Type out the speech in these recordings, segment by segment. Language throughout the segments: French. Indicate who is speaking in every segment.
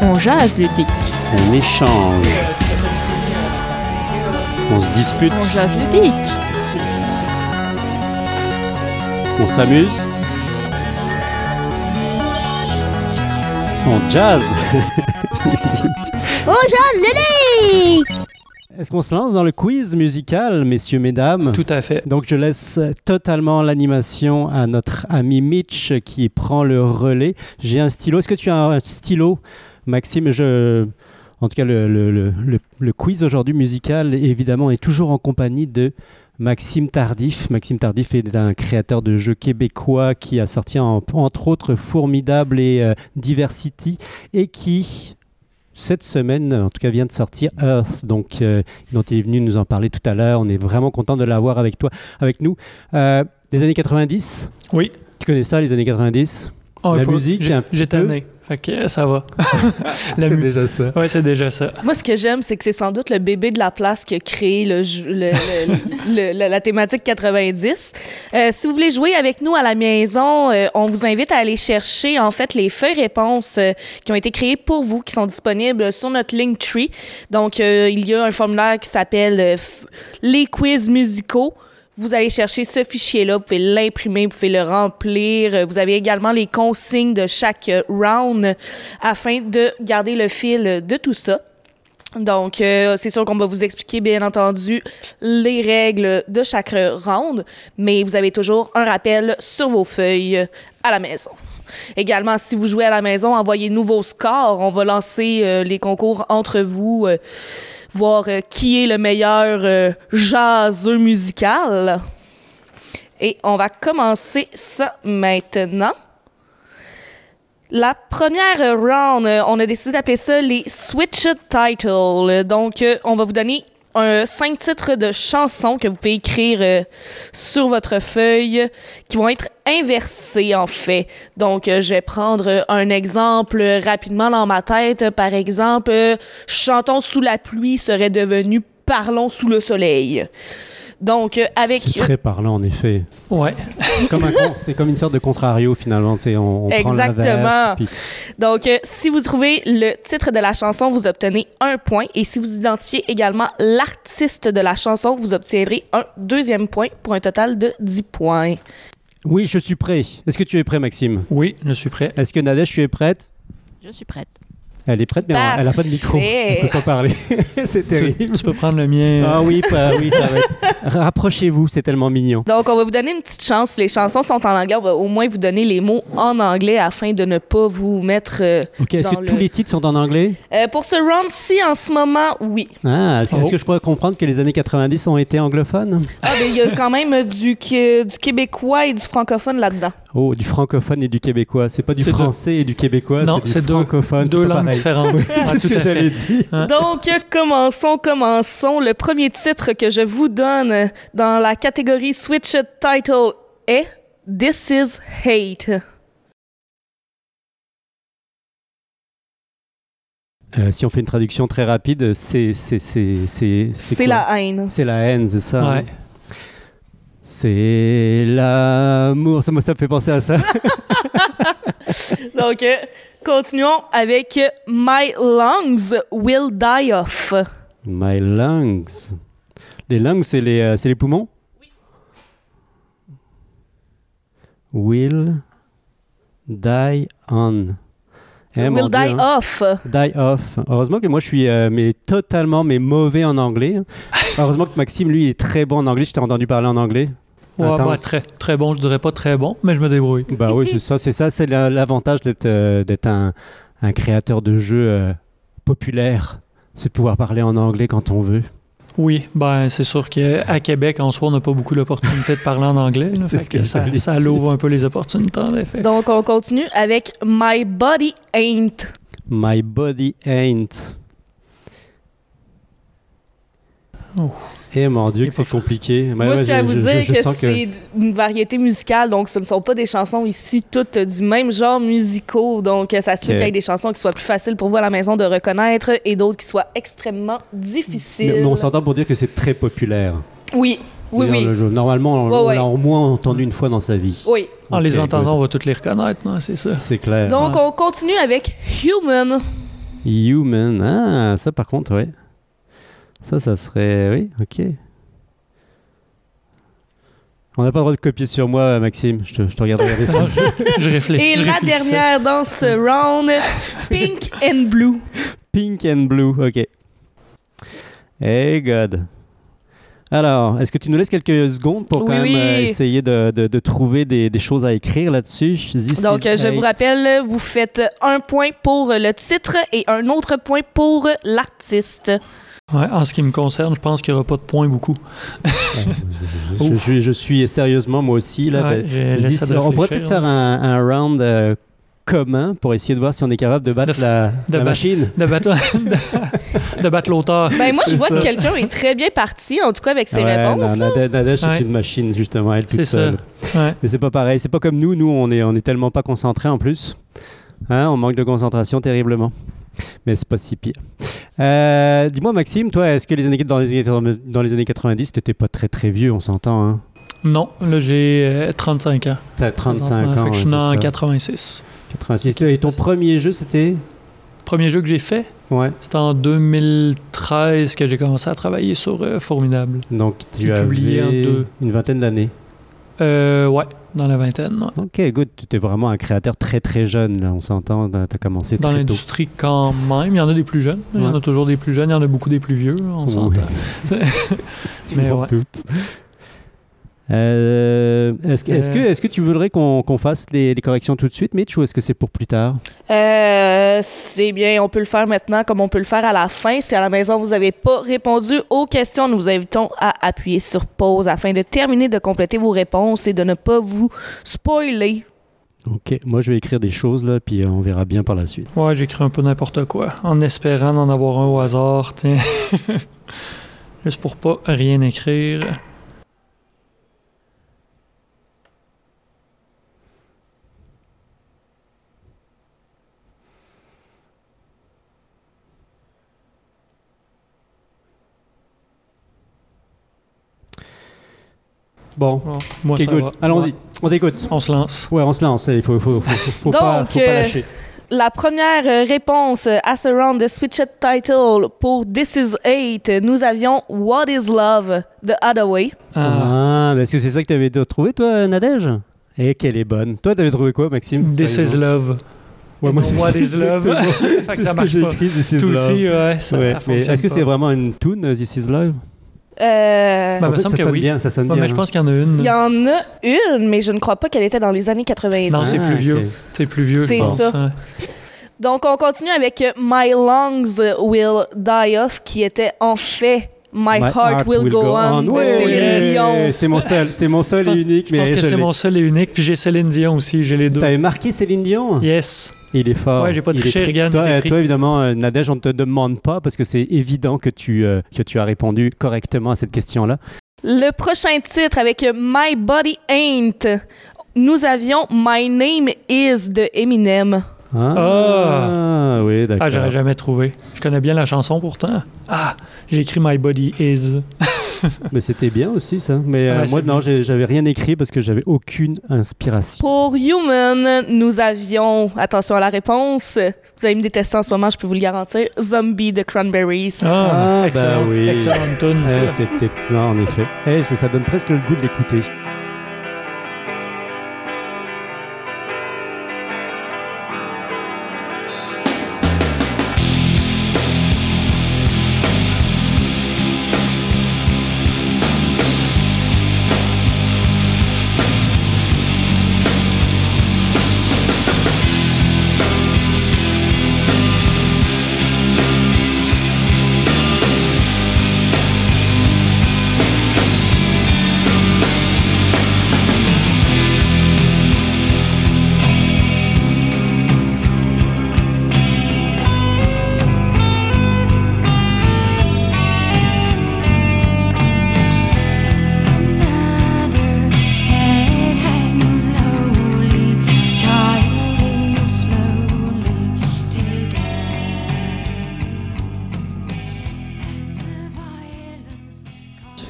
Speaker 1: On jase ludique.
Speaker 2: On échange. On se dispute.
Speaker 1: On jase ludique.
Speaker 2: On s'amuse. On jazz.
Speaker 3: On jase ludique
Speaker 2: Est-ce qu'on se lance dans le quiz musical, messieurs, mesdames
Speaker 4: Tout à fait.
Speaker 2: Donc je laisse totalement l'animation à notre ami Mitch qui prend le relais. J'ai un stylo. Est-ce que tu as un stylo, Maxime Je... En tout cas, le, le- le- le- le quiz aujourd'hui musical, évidemment, est toujours en compagnie de Maxime Tardif. Maxime Tardif est un créateur de jeux québécois qui a sorti en- entre autres Formidable et euh, Diversity et qui, cette semaine, en tout cas, vient de sortir Earth, donc, euh, dont il est venu nous en parler tout à l'heure. On est vraiment content de l'avoir avec toi, avec nous. Euh, des années 90
Speaker 4: Oui.
Speaker 2: Tu connais ça, les années 90
Speaker 4: Oh,
Speaker 2: La
Speaker 4: pour-
Speaker 2: musique,
Speaker 4: j'ai-
Speaker 2: un petit
Speaker 4: J'ai
Speaker 2: peu.
Speaker 4: tanné. Fait que euh, ça va. La mu-
Speaker 2: déjà ça.
Speaker 4: Ouais, c'est déjà ça.
Speaker 5: Moi, ce que j'aime, c'est que c'est sans doute le bébé de la place qui a créé le, ju- le- le- le- le- la thématique 90. Euh, si vous voulez jouer avec nous à la maison, euh, on vous invite à aller chercher en fait les feuilles réponses euh, qui ont été créées pour vous, qui sont disponibles sur notre Linktree. Donc, euh, il y a un formulaire qui s'appelle euh, f- les quiz musicaux. Vous allez chercher ce fichier-là, vous pouvez l'imprimer, vous pouvez le remplir. Euh, Vous avez également les consignes de chaque euh, round euh, afin de garder le fil euh, de tout ça. Donc, euh, c'est sûr qu'on va vous expliquer, bien entendu, les règles de chaque round, mais vous avez toujours un rappel sur vos feuilles à la maison. Également, si vous jouez à la maison, envoyez-nous vos scores. On va lancer euh, les concours entre vous, euh, voir euh, qui est le meilleur euh, jazzeux musical. Et on va commencer ça maintenant. La première euh, round, euh, on a décidé d'appeler ça les Switch Titles. Donc, euh, on va vous donner euh, cinq titres de chansons que vous pouvez écrire euh, sur votre feuille qui vont être inversés, en fait. Donc, euh, je vais prendre euh, un exemple euh, rapidement dans ma tête. Par exemple, euh, Chantons sous la pluie serait devenu Parlons sous le soleil. Donc, euh, avec...
Speaker 2: C'est très parlant, en effet.
Speaker 4: Ouais.
Speaker 2: comme un con- c'est comme une sorte de contrario finalement, tu sais, on, on prend l'inverse,
Speaker 5: Exactement.
Speaker 2: puis
Speaker 5: Donc, euh, si vous trouvez le titre de la chanson, vous obtenez un point. Et si vous identifiez également l'artiste de la chanson, vous obtiendrez un deuxième point pour un total de 10 points.
Speaker 2: Oui, je suis prêt. Est-ce que tu es prêt, Maxime
Speaker 4: Oui, je suis prêt.
Speaker 2: Est-ce que Nadège, tu es prête
Speaker 1: Je suis prête.
Speaker 2: Elle est prête, mais on- elle n'a pas de micro.
Speaker 5: Parfait.
Speaker 2: Elle peut pas parler. c'est
Speaker 4: Tu,
Speaker 2: terrible.
Speaker 4: tu peux prendre le mien.
Speaker 2: Ah oui, bah oui, ça va être- Rapprochez-vous, c'est tellement mignon.
Speaker 5: Donc, on va vous donner une petite chance. Les chansons sont en anglais. On va au moins vous donner les mots en anglais afin de ne pas vous mettre... euh,
Speaker 2: Ok, est-ce que
Speaker 5: Dans le-
Speaker 2: tous les titres sont en anglais
Speaker 5: euh, pour ce round-ci, en ce moment, oui.
Speaker 2: Ah, est-ce
Speaker 4: Oh.
Speaker 2: est-ce que je pourrais comprendre que les années 90 ont été anglophones
Speaker 5: Ah, ben, il y a quand même du, qui- du québécois et du francophone là-dedans.
Speaker 2: Oh, du francophone et du québécois. C'est pas du
Speaker 4: C'est deux.
Speaker 2: français et du québécois,
Speaker 4: Non,
Speaker 2: c'est
Speaker 4: c'est
Speaker 2: du
Speaker 4: deux-
Speaker 2: francophone.
Speaker 4: deux
Speaker 2: c'est pas
Speaker 4: langues
Speaker 2: pareil.
Speaker 4: différentes. Ah,
Speaker 2: c'est ce
Speaker 4: tout
Speaker 2: que
Speaker 4: à fait.
Speaker 2: j'allais dire.
Speaker 5: Donc, commençons, commençons. Le premier titre que je vous donne dans la catégorie Switch Title est This is Hate.
Speaker 2: Euh, si on fait une traduction très rapide, c'est c'est c'est c'est
Speaker 5: C'est
Speaker 2: quoi
Speaker 5: la haine.
Speaker 2: C'est la haine, c'est ça hein.
Speaker 4: Ouais.
Speaker 2: C'est l'amour. Ça, moi, ça me fait penser à ça.
Speaker 5: Donc, euh, continuons avec My Lungs Will Die Off.
Speaker 2: My lungs. Les lungs, c'est les, euh, c'est les poumons Will die on. Eh, mon
Speaker 5: will
Speaker 2: Dieu,
Speaker 5: Die
Speaker 2: hein.
Speaker 5: Off.
Speaker 2: Die off. Heureusement que moi je suis euh, mais totalement mais mauvais en anglais. hein. Heureusement que Maxime lui est très bon en anglais. Je t'ai entendu parler en anglais.
Speaker 4: Ouais,
Speaker 2: Intense.
Speaker 4: bah, très, très bon, je dirais pas très bon, mais je me débrouille.
Speaker 2: Bah oui, c'est ça, c'est ça, c'est la- l'avantage d'être euh, d'être un, un créateur de jeux euh, populaire, c'est de pouvoir parler en anglais quand on veut.
Speaker 4: Oui, ben c'est sûr qu'à Québec, en soi, on n'a pas beaucoup l'opportunité de parler en anglais. là,
Speaker 2: C'est
Speaker 4: fait
Speaker 2: ce que
Speaker 4: ça,
Speaker 2: j'allais
Speaker 4: ça
Speaker 2: dire.
Speaker 4: l'ouvre un peu les opportunités, en effet.
Speaker 5: Donc, on continue avec My Body Ain't.
Speaker 2: My body ain't.
Speaker 4: Oh.
Speaker 2: Eh mon dieu,
Speaker 4: Il est
Speaker 2: que c'est
Speaker 4: pas fort.
Speaker 2: compliqué. Ouais,
Speaker 5: Moi,
Speaker 2: ouais,
Speaker 5: je tiens à vous
Speaker 2: je-
Speaker 5: dire
Speaker 2: je
Speaker 5: que
Speaker 2: sens
Speaker 5: c'est une variété musicale, donc ce ne sont pas des chansons issues toutes du même genre musicaux. Donc, euh, ça se peut
Speaker 2: Ok.
Speaker 5: qu'il y ait des chansons qui soient plus faciles pour vous à la maison de reconnaître et d'autres qui soient extrêmement
Speaker 2: Mais-
Speaker 5: difficiles.
Speaker 2: mais on s'entend pour dire que c'est très populaire.
Speaker 5: oui, oui,
Speaker 2: C'est-à-dire,
Speaker 5: oui.
Speaker 2: le jeu- Normalement, on,
Speaker 5: Ouais,
Speaker 2: on
Speaker 5: ouais.
Speaker 2: l'a au moins entendu une fois dans sa vie.
Speaker 5: Oui.
Speaker 4: En les
Speaker 2: Ok,
Speaker 4: entendant,
Speaker 2: good.
Speaker 4: on va toutes les reconnaître, non? C'est ça.
Speaker 2: C'est clair.
Speaker 5: Donc, on continue avec Human.
Speaker 2: Human. Ah, ça par contre, ouais. Ça, ça serait. Oui, ok. On n'a pas le droit de copier sur moi, euh, Maxime. Je te, je te regarde regarder ça.
Speaker 4: Je réfléchis.
Speaker 5: Et
Speaker 4: je
Speaker 5: la
Speaker 4: réfléchissais.
Speaker 5: dernière dans ce round, Pink and Blue.
Speaker 2: Pink and blue, ok. Hey God. Alors, est-ce que tu nous laisses quelques secondes pour quand
Speaker 5: Oui.
Speaker 2: même euh, essayer de, de- de trouver des, des choses à écrire là-dessus? This
Speaker 5: Donc,
Speaker 2: is
Speaker 5: euh, je vous
Speaker 2: eight.
Speaker 5: rappelle, vous faites un point pour le titre et un autre point pour l'artiste.
Speaker 4: Ouais, en ce qui me concerne, je pense qu'il n'y aura pas de points beaucoup.
Speaker 2: Je, je- je suis sérieusement, moi aussi, là.
Speaker 4: Ouais,
Speaker 2: ben,
Speaker 4: j'ai-
Speaker 2: this-
Speaker 4: j'essaie de
Speaker 2: on pourrait peut-être
Speaker 4: réfléchir.
Speaker 2: faire un, un round euh, commun pour essayer de voir si on est capable de battre
Speaker 4: De f-
Speaker 2: la, la
Speaker 4: battre-
Speaker 2: machine.
Speaker 4: de battre, de battre l'auteur.
Speaker 5: Ben moi, je
Speaker 2: C'est
Speaker 5: vois
Speaker 2: ça.
Speaker 5: que quelqu'un est très bien parti, en tout cas avec ses
Speaker 2: Ouais,
Speaker 5: réponses.
Speaker 2: non,
Speaker 5: là.
Speaker 2: Nadej- Nadej, c'est
Speaker 4: Ouais.
Speaker 2: une machine, justement, elle
Speaker 4: C'est
Speaker 2: toute
Speaker 4: ça.
Speaker 2: seule.
Speaker 4: Ouais.
Speaker 2: Mais c'est pas pareil, c'est pas comme nous, nous on est, on est tellement pas concentrés en plus. Hein, on manque de concentration terriblement. Mais c'est pas si pire. Euh, Dis-moi Maxime, toi, est-ce que les années, dans, les années, dans les années 90, t'étais pas très très vieux, on s'entend hein
Speaker 4: Non, là j'ai euh, 35 ans.
Speaker 2: T'as 35
Speaker 4: Fait
Speaker 2: ans.
Speaker 4: que je suis
Speaker 2: ouais,
Speaker 4: né en
Speaker 2: c'est ça.
Speaker 4: 86.
Speaker 2: 86. Et ton premier jeu, c'était
Speaker 4: Premier jeu que j'ai fait,
Speaker 2: Ouais.
Speaker 4: c'était en 2013 que j'ai commencé à travailler sur euh, Formidable.
Speaker 2: Donc
Speaker 4: J'ai
Speaker 2: tu as
Speaker 4: publié en deux.
Speaker 2: une vingtaine d'années.
Speaker 4: Euh, ouais, dans la vingtaine. ouais.
Speaker 2: Ok, good. Tu étais vraiment un créateur très très jeune, là, on s'entend. T'as t'as commencé
Speaker 4: Dans
Speaker 2: très tôt.
Speaker 4: l'industrie quand même. Il y en a des plus jeunes. Il y en a
Speaker 2: Ouais.
Speaker 4: toujours des plus jeunes. Il y en a beaucoup des plus vieux. On s'entend. Mais
Speaker 2: Pour
Speaker 4: ouais.
Speaker 2: toutes. Euh, est-ce, que- est-ce que, est-ce que tu voudrais qu'on, qu'on fasse les, les corrections tout de suite, Mitch, ou est-ce que c'est pour plus tard
Speaker 5: Euh, c'est bien, on peut le faire maintenant comme on peut le faire à la fin. Si à la maison vous n'avez pas répondu aux questions, nous vous invitons à appuyer sur pause afin de terminer de compléter vos réponses et de ne pas vous spoiler.
Speaker 2: Ok, moi je vais écrire des choses là, puis euh, on verra bien par la suite.
Speaker 4: Ouais, j'écris un peu n'importe quoi, en espérant d'en avoir un au hasard, tiens. Juste pour pas rien écrire.
Speaker 2: Bon,
Speaker 4: Bon, moi,
Speaker 2: ok,
Speaker 4: ça
Speaker 2: good.
Speaker 4: va.
Speaker 2: Allons-y,
Speaker 4: Ouais,
Speaker 2: on t'écoute.
Speaker 4: on se lance.
Speaker 2: Ouais, on se lance, il faut, faut, faut, faut- faut
Speaker 5: Donc,
Speaker 2: pas, faut
Speaker 5: euh,
Speaker 2: pas lâcher.
Speaker 5: La première euh, réponse euh, à ce round de Switched Title pour This Is Eight, nous avions What Is Love de Hathaway.
Speaker 4: Ah,
Speaker 2: Ah, mais est-ce que c'est ça que tu avais trouvé, toi, Nadège Eh, qu'elle est bonne. Toi, t'avais trouvé quoi, Maxime
Speaker 4: This is
Speaker 2: Sérieusement
Speaker 4: love.
Speaker 2: Ouais, moi,
Speaker 4: Non, What
Speaker 2: c'est-
Speaker 4: is love?
Speaker 2: exactement.
Speaker 4: fait
Speaker 2: C'est
Speaker 4: que ça
Speaker 2: ce que
Speaker 4: marche
Speaker 2: j'ai
Speaker 4: pas.
Speaker 2: écrit, This is
Speaker 4: Tout
Speaker 2: love.
Speaker 4: aussi, ouais. Ça,
Speaker 2: Ouais,
Speaker 4: ça
Speaker 2: mais
Speaker 4: fonctionne
Speaker 2: est-ce que
Speaker 4: pas.
Speaker 2: c'est vraiment une tune, euh, This is love
Speaker 5: Euh,
Speaker 4: Ben,
Speaker 2: En
Speaker 4: me
Speaker 2: fait,
Speaker 4: semble
Speaker 2: ça
Speaker 4: que
Speaker 2: sonne
Speaker 4: oui.
Speaker 2: bien, ça sonne
Speaker 4: Ouais,
Speaker 2: bien.
Speaker 4: mais je pense qu'il y en a une.
Speaker 5: Il y en a une, mais je ne crois pas qu'elle était dans les années 90.
Speaker 4: Non, c'est
Speaker 2: Ah,
Speaker 4: plus vieux.
Speaker 2: ok.
Speaker 4: C'est plus vieux,
Speaker 5: C'est
Speaker 4: je pense. hein.
Speaker 5: ça.
Speaker 4: ouais.
Speaker 5: Donc, on continue avec My Lungs Will Die Off, qui était en fait My, heart, Will Go, On. de
Speaker 2: Ouais,
Speaker 5: Céline
Speaker 4: yes.
Speaker 5: Dion.
Speaker 2: C'est mon seul, c'est mon seul
Speaker 4: Je pense-
Speaker 2: et unique.
Speaker 4: Je
Speaker 2: mais
Speaker 4: pense que c'est
Speaker 2: l'ai.
Speaker 4: mon seul et unique. Puis j'ai Céline Dion aussi, j'ai les deux.
Speaker 2: T'avais marqué Céline Dion
Speaker 4: Yes.
Speaker 2: Il est fort.
Speaker 4: Ouais, j'ai pas
Speaker 2: Il est
Speaker 4: triché,
Speaker 2: très-
Speaker 4: regarde,
Speaker 2: Toi,
Speaker 4: il est
Speaker 2: euh,
Speaker 4: écrit.
Speaker 2: toi, évidemment, euh, Nadège, on ne te demande pas parce que c'est évident que tu, euh, que tu as répondu correctement à cette question-là.
Speaker 5: Le prochain titre avec My Body Ain't, nous avions My Name Is de Eminem.
Speaker 2: Hein
Speaker 4: Ah.
Speaker 2: Ah, oui,
Speaker 4: Ah,
Speaker 2: d'accord.
Speaker 4: j'aurais jamais trouvé. Je connais bien la chanson pourtant. Ah, j'ai écrit My Body Is.
Speaker 2: Mais c'était bien aussi, ça. Mais euh,
Speaker 4: Ouais,
Speaker 2: moi,
Speaker 4: c'est
Speaker 2: non, j'ai- j'avais rien écrit parce que j'avais aucune inspiration.
Speaker 5: Pour Human, nous avions, attention à la réponse, vous allez me détester en ce moment, je peux vous le garantir, Zombie de Cranberries.
Speaker 2: Ah, bah
Speaker 4: excellent,
Speaker 2: oui.
Speaker 4: excellente tune,
Speaker 2: Eh,
Speaker 4: ça.
Speaker 2: c'était. Non, en effet. Eh, ça ça donne presque le goût de l'écouter.
Speaker 6: Thank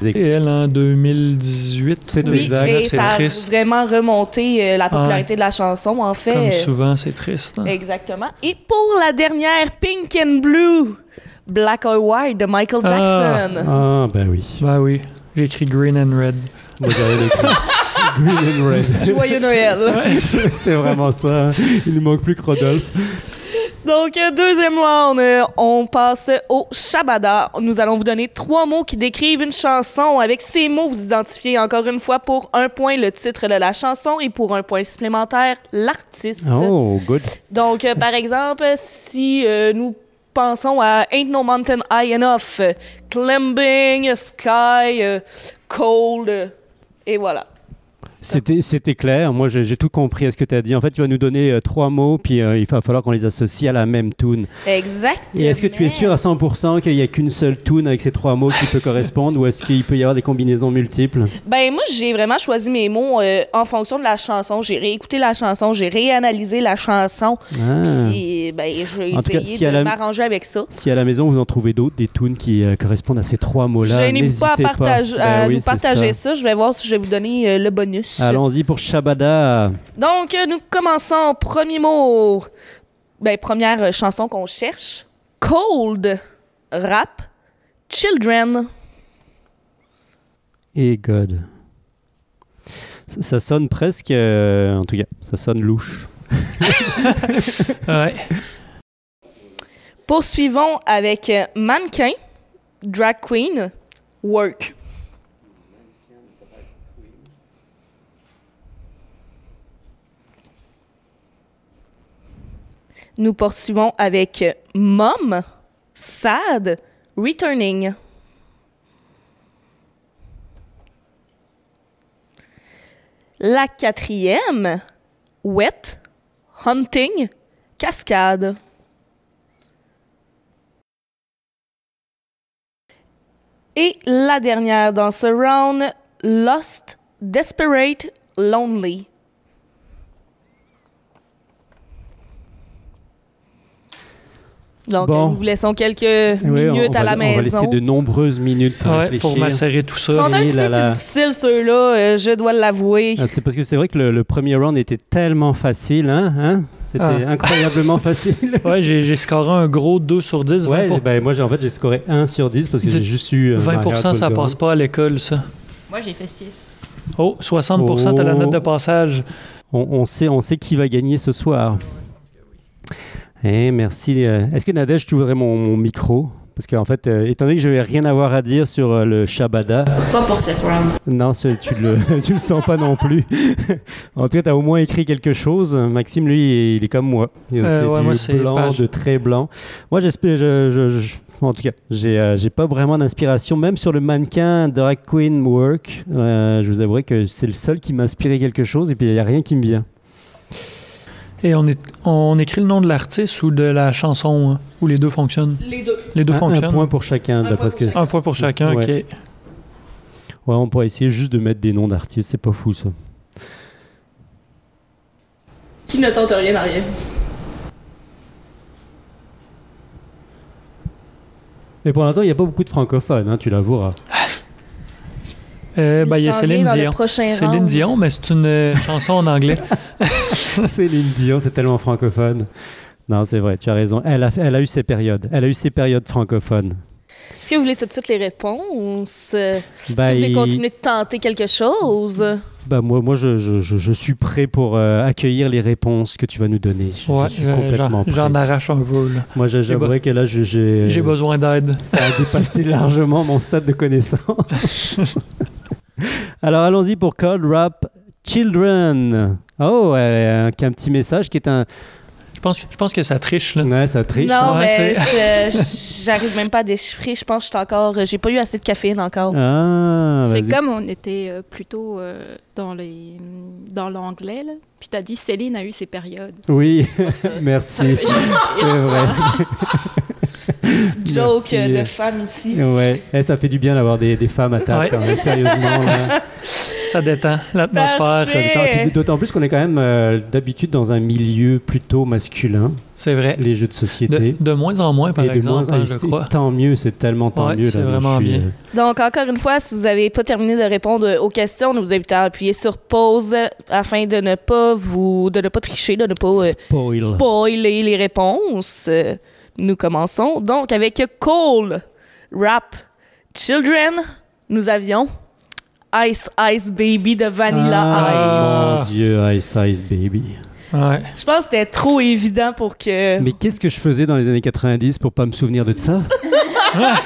Speaker 4: Et elle, en 2018.
Speaker 2: C'est
Speaker 4: oui,
Speaker 2: exact.
Speaker 5: et
Speaker 4: c'est
Speaker 5: ça a
Speaker 4: triste.
Speaker 5: vraiment remonté euh, la popularité de la chanson, en fait.
Speaker 4: Comme
Speaker 5: Euh,
Speaker 4: souvent, c'est triste. hein.
Speaker 5: Exactement. Et pour la dernière, Pink and Blue, Black or White de Michael
Speaker 4: Ah.
Speaker 5: Jackson.
Speaker 2: Ah, ben oui.
Speaker 4: Ben oui, j'ai écrit Green and Red.
Speaker 2: Moi, j'avais des cris. Green and red.
Speaker 5: Joyeux Noël.
Speaker 2: C'est vraiment ça. Il ne manque plus que Rodolphe.
Speaker 5: Donc, euh, deuxième round, euh, on passe au Shabada. Nous allons vous donner trois mots qui décrivent une chanson. Avec ces mots, vous identifiez encore une fois pour un point le titre de la chanson et pour un point supplémentaire l'artiste.
Speaker 2: Oh, good.
Speaker 5: Donc, euh, par exemple, si euh, nous pensons à Ain't No Mountain High Enough, euh, Climbing, Sky, euh, Cold, euh, et voilà.
Speaker 2: C'était c'était clair. Moi, j'ai j'ai tout compris à ce que tu as dit. En fait, tu vas nous donner euh, trois mots, puis euh, il va falloir qu'on les associe à la même tune.
Speaker 5: Exactement.
Speaker 2: Et est-ce que tu es sûr à 100% qu'il n'y a qu'une seule tune avec ces trois mots qui peut correspondre, ou est-ce qu'il peut y avoir des combinaisons multiples
Speaker 5: Ben moi, j'ai vraiment choisi mes mots euh, en fonction de la chanson. J'ai réécouté la chanson, j'ai réanalysé la chanson,
Speaker 2: Ah.
Speaker 5: puis ben, j'ai
Speaker 2: En tout cas,
Speaker 5: essayé
Speaker 2: si
Speaker 5: de
Speaker 2: elle a-
Speaker 5: m'arranger avec ça.
Speaker 2: Si à la maison vous en trouvez d'autres, des tunes qui euh, correspondent à ces trois mots-là,
Speaker 5: Gênez-vous pas à,
Speaker 2: n'hésitez
Speaker 5: partage-
Speaker 2: Ben
Speaker 5: à
Speaker 2: oui,
Speaker 5: nous
Speaker 2: c'est
Speaker 5: partager
Speaker 2: ça.
Speaker 5: ça. Je vais voir si je vais vous donner euh, le bonus.
Speaker 2: Allons-y pour Shabada.
Speaker 5: Donc, euh, nous commençons. Premier mot. Ben, première euh, chanson qu'on cherche. Cold. Rap. Children.
Speaker 2: Et God. Ça, ça sonne presque, euh, en tout cas, ça sonne louche.
Speaker 4: Ouais.
Speaker 5: Poursuivons avec euh, Mannequin. Drag Queen. Work. Nous poursuivons avec euh, Mom. Sad. Returning. La quatrième, Wet, Hunting, Cascade. Et la dernière dans ce round, Lost, Desperate, Lonely. Donc,
Speaker 2: Bon.
Speaker 5: euh, nous vous laissons quelques minutes
Speaker 2: Oui, on- on,
Speaker 5: à
Speaker 2: va,
Speaker 5: la
Speaker 2: on va
Speaker 5: maison.
Speaker 2: laisser de nombreuses minutes pour
Speaker 4: Ouais,
Speaker 2: réfléchir.
Speaker 4: pour macérer tout ça.
Speaker 5: Ils sont un
Speaker 2: Et
Speaker 5: petit
Speaker 2: là,
Speaker 5: peu
Speaker 2: là.
Speaker 5: plus difficiles, ceux-là, euh, je dois l'avouer.
Speaker 4: Euh.
Speaker 2: Ah, c'est parce que c'est vrai que le, le premier round était tellement facile, hein, hein C'était
Speaker 4: Ah.
Speaker 2: incroyablement facile.
Speaker 4: Ouais, j'ai j'ai scoré un gros 2 sur 10. 20,
Speaker 2: Ouais, ben, moi j'ai en fait j'ai scoré 1 sur 10 parce que j'ai
Speaker 4: Dis-
Speaker 2: juste eu euh,
Speaker 4: 20%
Speaker 2: Margaret
Speaker 4: ça
Speaker 2: Goldberg.
Speaker 4: passe pas à l'école, ça.
Speaker 1: Moi, j'ai fait 6.
Speaker 4: Oh, 60% t'as la
Speaker 2: Oh.
Speaker 4: note de passage.
Speaker 2: On, on sait on sait qui va gagner ce soir. Eh merci. euh, Est-ce que Nadège tu voudrais mon, mon micro parce qu'en fait, euh, étant donné que je vais rien avoir à dire sur euh, le Shabada,
Speaker 1: Pas pour cette round.
Speaker 2: non, ce- tu le, tu le sens pas non plus. en tout cas, tu as au moins écrit quelque chose. Maxime, lui, il est comme moi. Il-
Speaker 4: Euh,
Speaker 2: c'est
Speaker 4: ouais,
Speaker 2: du
Speaker 4: moi, c'est
Speaker 2: blanc,
Speaker 4: page.
Speaker 2: de très blanc. Moi, j'espère. Je, je- je- en tout cas, j'ai euh, j'ai pas vraiment d'inspiration. Même sur le mannequin Drag Queen Work, euh, je vous avouerai que c'est le seul qui m'a inspiré quelque chose et puis il n'y a rien qui me vient.
Speaker 4: Et on, est, on écrit le nom de l'artiste ou de la chanson, hein, où les deux fonctionnent.
Speaker 5: Les deux.
Speaker 4: Les deux
Speaker 2: Ah, Un- un,
Speaker 4: fonctionnent.
Speaker 2: point pour chacun, d'après
Speaker 5: point
Speaker 2: ce que.
Speaker 5: pour
Speaker 4: Un point pour chacun,
Speaker 2: Ouais.
Speaker 4: ok.
Speaker 2: Ouais, on pourrait essayer juste de mettre des noms d'artistes, c'est pas fou ça.
Speaker 5: Qui ne tente rien à rien.
Speaker 2: Mais pour l'instant, il n'y a pas beaucoup de francophones, hein, tu l'avoueras.
Speaker 4: Euh, ben, il y a Céline Dion. Céline Dion, mais c'est une euh, chanson en anglais.
Speaker 2: Céline Dion, c'est tellement francophone. Non, c'est vrai, tu as raison. Elle a, elle a eu ses périodes. Elle a eu ses périodes francophones.
Speaker 5: Est-ce que vous voulez tout de suite les réponses?
Speaker 4: Ben,
Speaker 2: Bah,
Speaker 5: si vous voulez
Speaker 2: il-
Speaker 5: continuer de tenter quelque chose?
Speaker 2: bah, moi, moi je, je- je- je suis prêt pour euh, accueillir les réponses que tu vas nous donner. Je, je
Speaker 4: Ouais,
Speaker 2: suis
Speaker 4: euh,
Speaker 2: complètement
Speaker 4: j'en-
Speaker 2: prêt.
Speaker 4: j'en arrache un peu. là.
Speaker 2: Moi, je- j'avouerais que là, je- j'ai...
Speaker 4: J'ai besoin d'aide.
Speaker 2: Ça a dépassé largement mon stade de connaissance. Alors, allons-y pour Cold Rap Children. Oh, euh, un petit message qui est un...
Speaker 4: Je pense, que- je pense que ça triche. Là.
Speaker 2: Ouais, ça triche.
Speaker 5: non,
Speaker 4: ouais,
Speaker 5: mais je- j'arrive même pas à déchiffrer. Je pense que je suis encore. euh, J'ai pas eu assez de caféine encore.
Speaker 2: Ah,
Speaker 1: C'est
Speaker 2: vas-y.
Speaker 1: comme on était euh, plutôt euh, dans les dans l'anglais, là. Puis t'as dit Céline a eu ses périodes.
Speaker 2: Oui, merci. C'est vrai.
Speaker 5: Joke
Speaker 2: Merci.
Speaker 5: euh, de femme ici.
Speaker 2: Ouais. Eh, ça fait du bien d'avoir des, des femmes à table
Speaker 4: Ouais.
Speaker 2: quand même, sérieusement. là.
Speaker 4: Ça détend l'atmosphère. ça détend.
Speaker 2: Ah, puis D'autant plus qu'on est quand même euh, d'habitude dans un milieu plutôt masculin,
Speaker 4: C'est vrai.
Speaker 2: les jeux de société.
Speaker 4: De, de moins en moins, par
Speaker 2: Et de
Speaker 4: exemple,
Speaker 2: moins en-
Speaker 4: hein, je
Speaker 2: c'est
Speaker 4: crois.
Speaker 2: Tant mieux, c'est tellement tant
Speaker 4: Ouais,
Speaker 2: mieux. là,
Speaker 4: c'est
Speaker 2: moi, je
Speaker 4: vraiment
Speaker 2: suis,
Speaker 4: bien.
Speaker 2: euh,
Speaker 5: Donc, encore une fois, si vous n'avez pas terminé de répondre aux questions, nous vous invitons à appuyer sur pause euh, afin de ne pas vous, de ne pas tricher, de ne pas euh,
Speaker 2: Spoil.
Speaker 5: spoiler les réponses. Euh, Nous commençons donc avec Cole, Rap, Children, nous avions Ice Ice Baby de Vanilla Ice.
Speaker 2: ah,
Speaker 4: Ice.
Speaker 2: Mon Dieu, Ice Ice Baby.
Speaker 4: Ouais.
Speaker 5: Je pense que c'était trop évident pour que...
Speaker 2: Mais qu'est-ce que je faisais dans les années 90 pour pas me souvenir de ça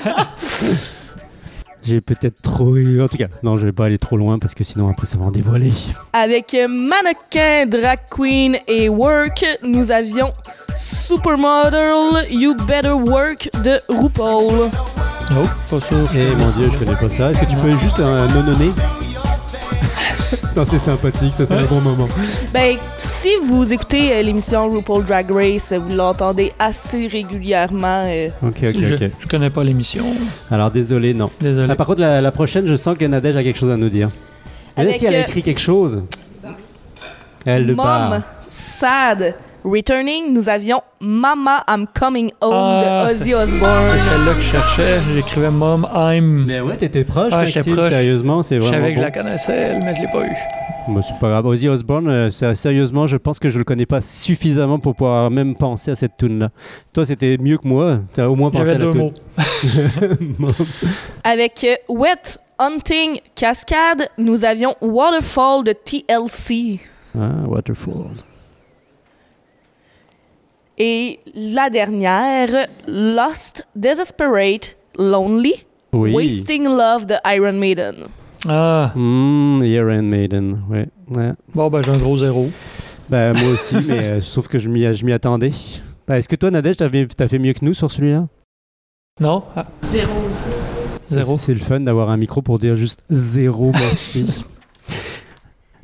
Speaker 2: J'ai peut-être trop. En tout cas, non, je vais pas aller trop loin parce que sinon après ça va en dévoiler.
Speaker 5: Avec Mannequin, Drag Queen et Work, nous avions Supermodel, You Better Work de RuPaul.
Speaker 4: Oh, pas sûr.
Speaker 2: Eh mon Dieu, je connais pas ça. Est-ce que tu peux juste euh, un nononner Non, c'est sympathique, ça c'est un bon moment.
Speaker 5: Ben, si vous écoutez euh, l'émission RuPaul Drag Race, euh, vous l'entendez assez régulièrement. euh.
Speaker 2: Ok, ok,
Speaker 4: Je,
Speaker 2: ok.
Speaker 4: je connais pas l'émission.
Speaker 2: Alors désolé, non.
Speaker 4: Désolé.
Speaker 2: Ah, par contre, la, la prochaine, je sens que Nadège a quelque chose à nous dire. Nadège,
Speaker 5: Avec,
Speaker 2: si elle a
Speaker 5: euh,
Speaker 2: écrit quelque chose, elle le
Speaker 5: Mom,
Speaker 2: barre.
Speaker 5: Sad, Returning, nous avions Mama, I'm Coming Home
Speaker 4: Ah,
Speaker 5: de Ozzy Osbourne.
Speaker 4: C'est celle-là que je cherchais. J'écrivais Mom, I'm.
Speaker 2: Mais ouais, t'étais proche,
Speaker 4: Ah,
Speaker 2: Maxime,
Speaker 4: j'étais proche.
Speaker 2: sérieusement, c'est
Speaker 4: Je
Speaker 2: vraiment
Speaker 4: savais
Speaker 2: bon.
Speaker 4: que je la connaissais, mais je l'ai pas eu.
Speaker 2: Bah, c'est pas grave. Ozzy Osbourne, euh, ça- sérieusement, je pense que je le connais pas suffisamment pour pouvoir même penser à cette tune là Toi, c'était mieux que moi. T'as au moins pensé à
Speaker 4: J'avais
Speaker 2: la
Speaker 4: deux
Speaker 2: tune.
Speaker 4: mots.
Speaker 5: Avec euh, Wet, Hunting, Cascade, nous avions Waterfall de TLC.
Speaker 2: ah, Waterfall.
Speaker 5: Et la dernière, Lost, Desperate, Lonely,
Speaker 2: Oui.
Speaker 5: Wasting Love de Iron Maiden.
Speaker 4: Ah,
Speaker 2: Hmm, Iron Maiden, ouais. ouais.
Speaker 4: bon, ben j'ai un gros zéro.
Speaker 2: Bah, moi aussi, mais euh, sauf que je m'y je m'y attendais. Bah, Est-ce que toi, Nadège, t'avais- t'as fait mieux que nous sur celui-là
Speaker 4: Non? Ah,
Speaker 1: Zéro aussi.
Speaker 4: zéro.
Speaker 2: C'est c'est le fun d'avoir un micro pour dire juste zéro merci.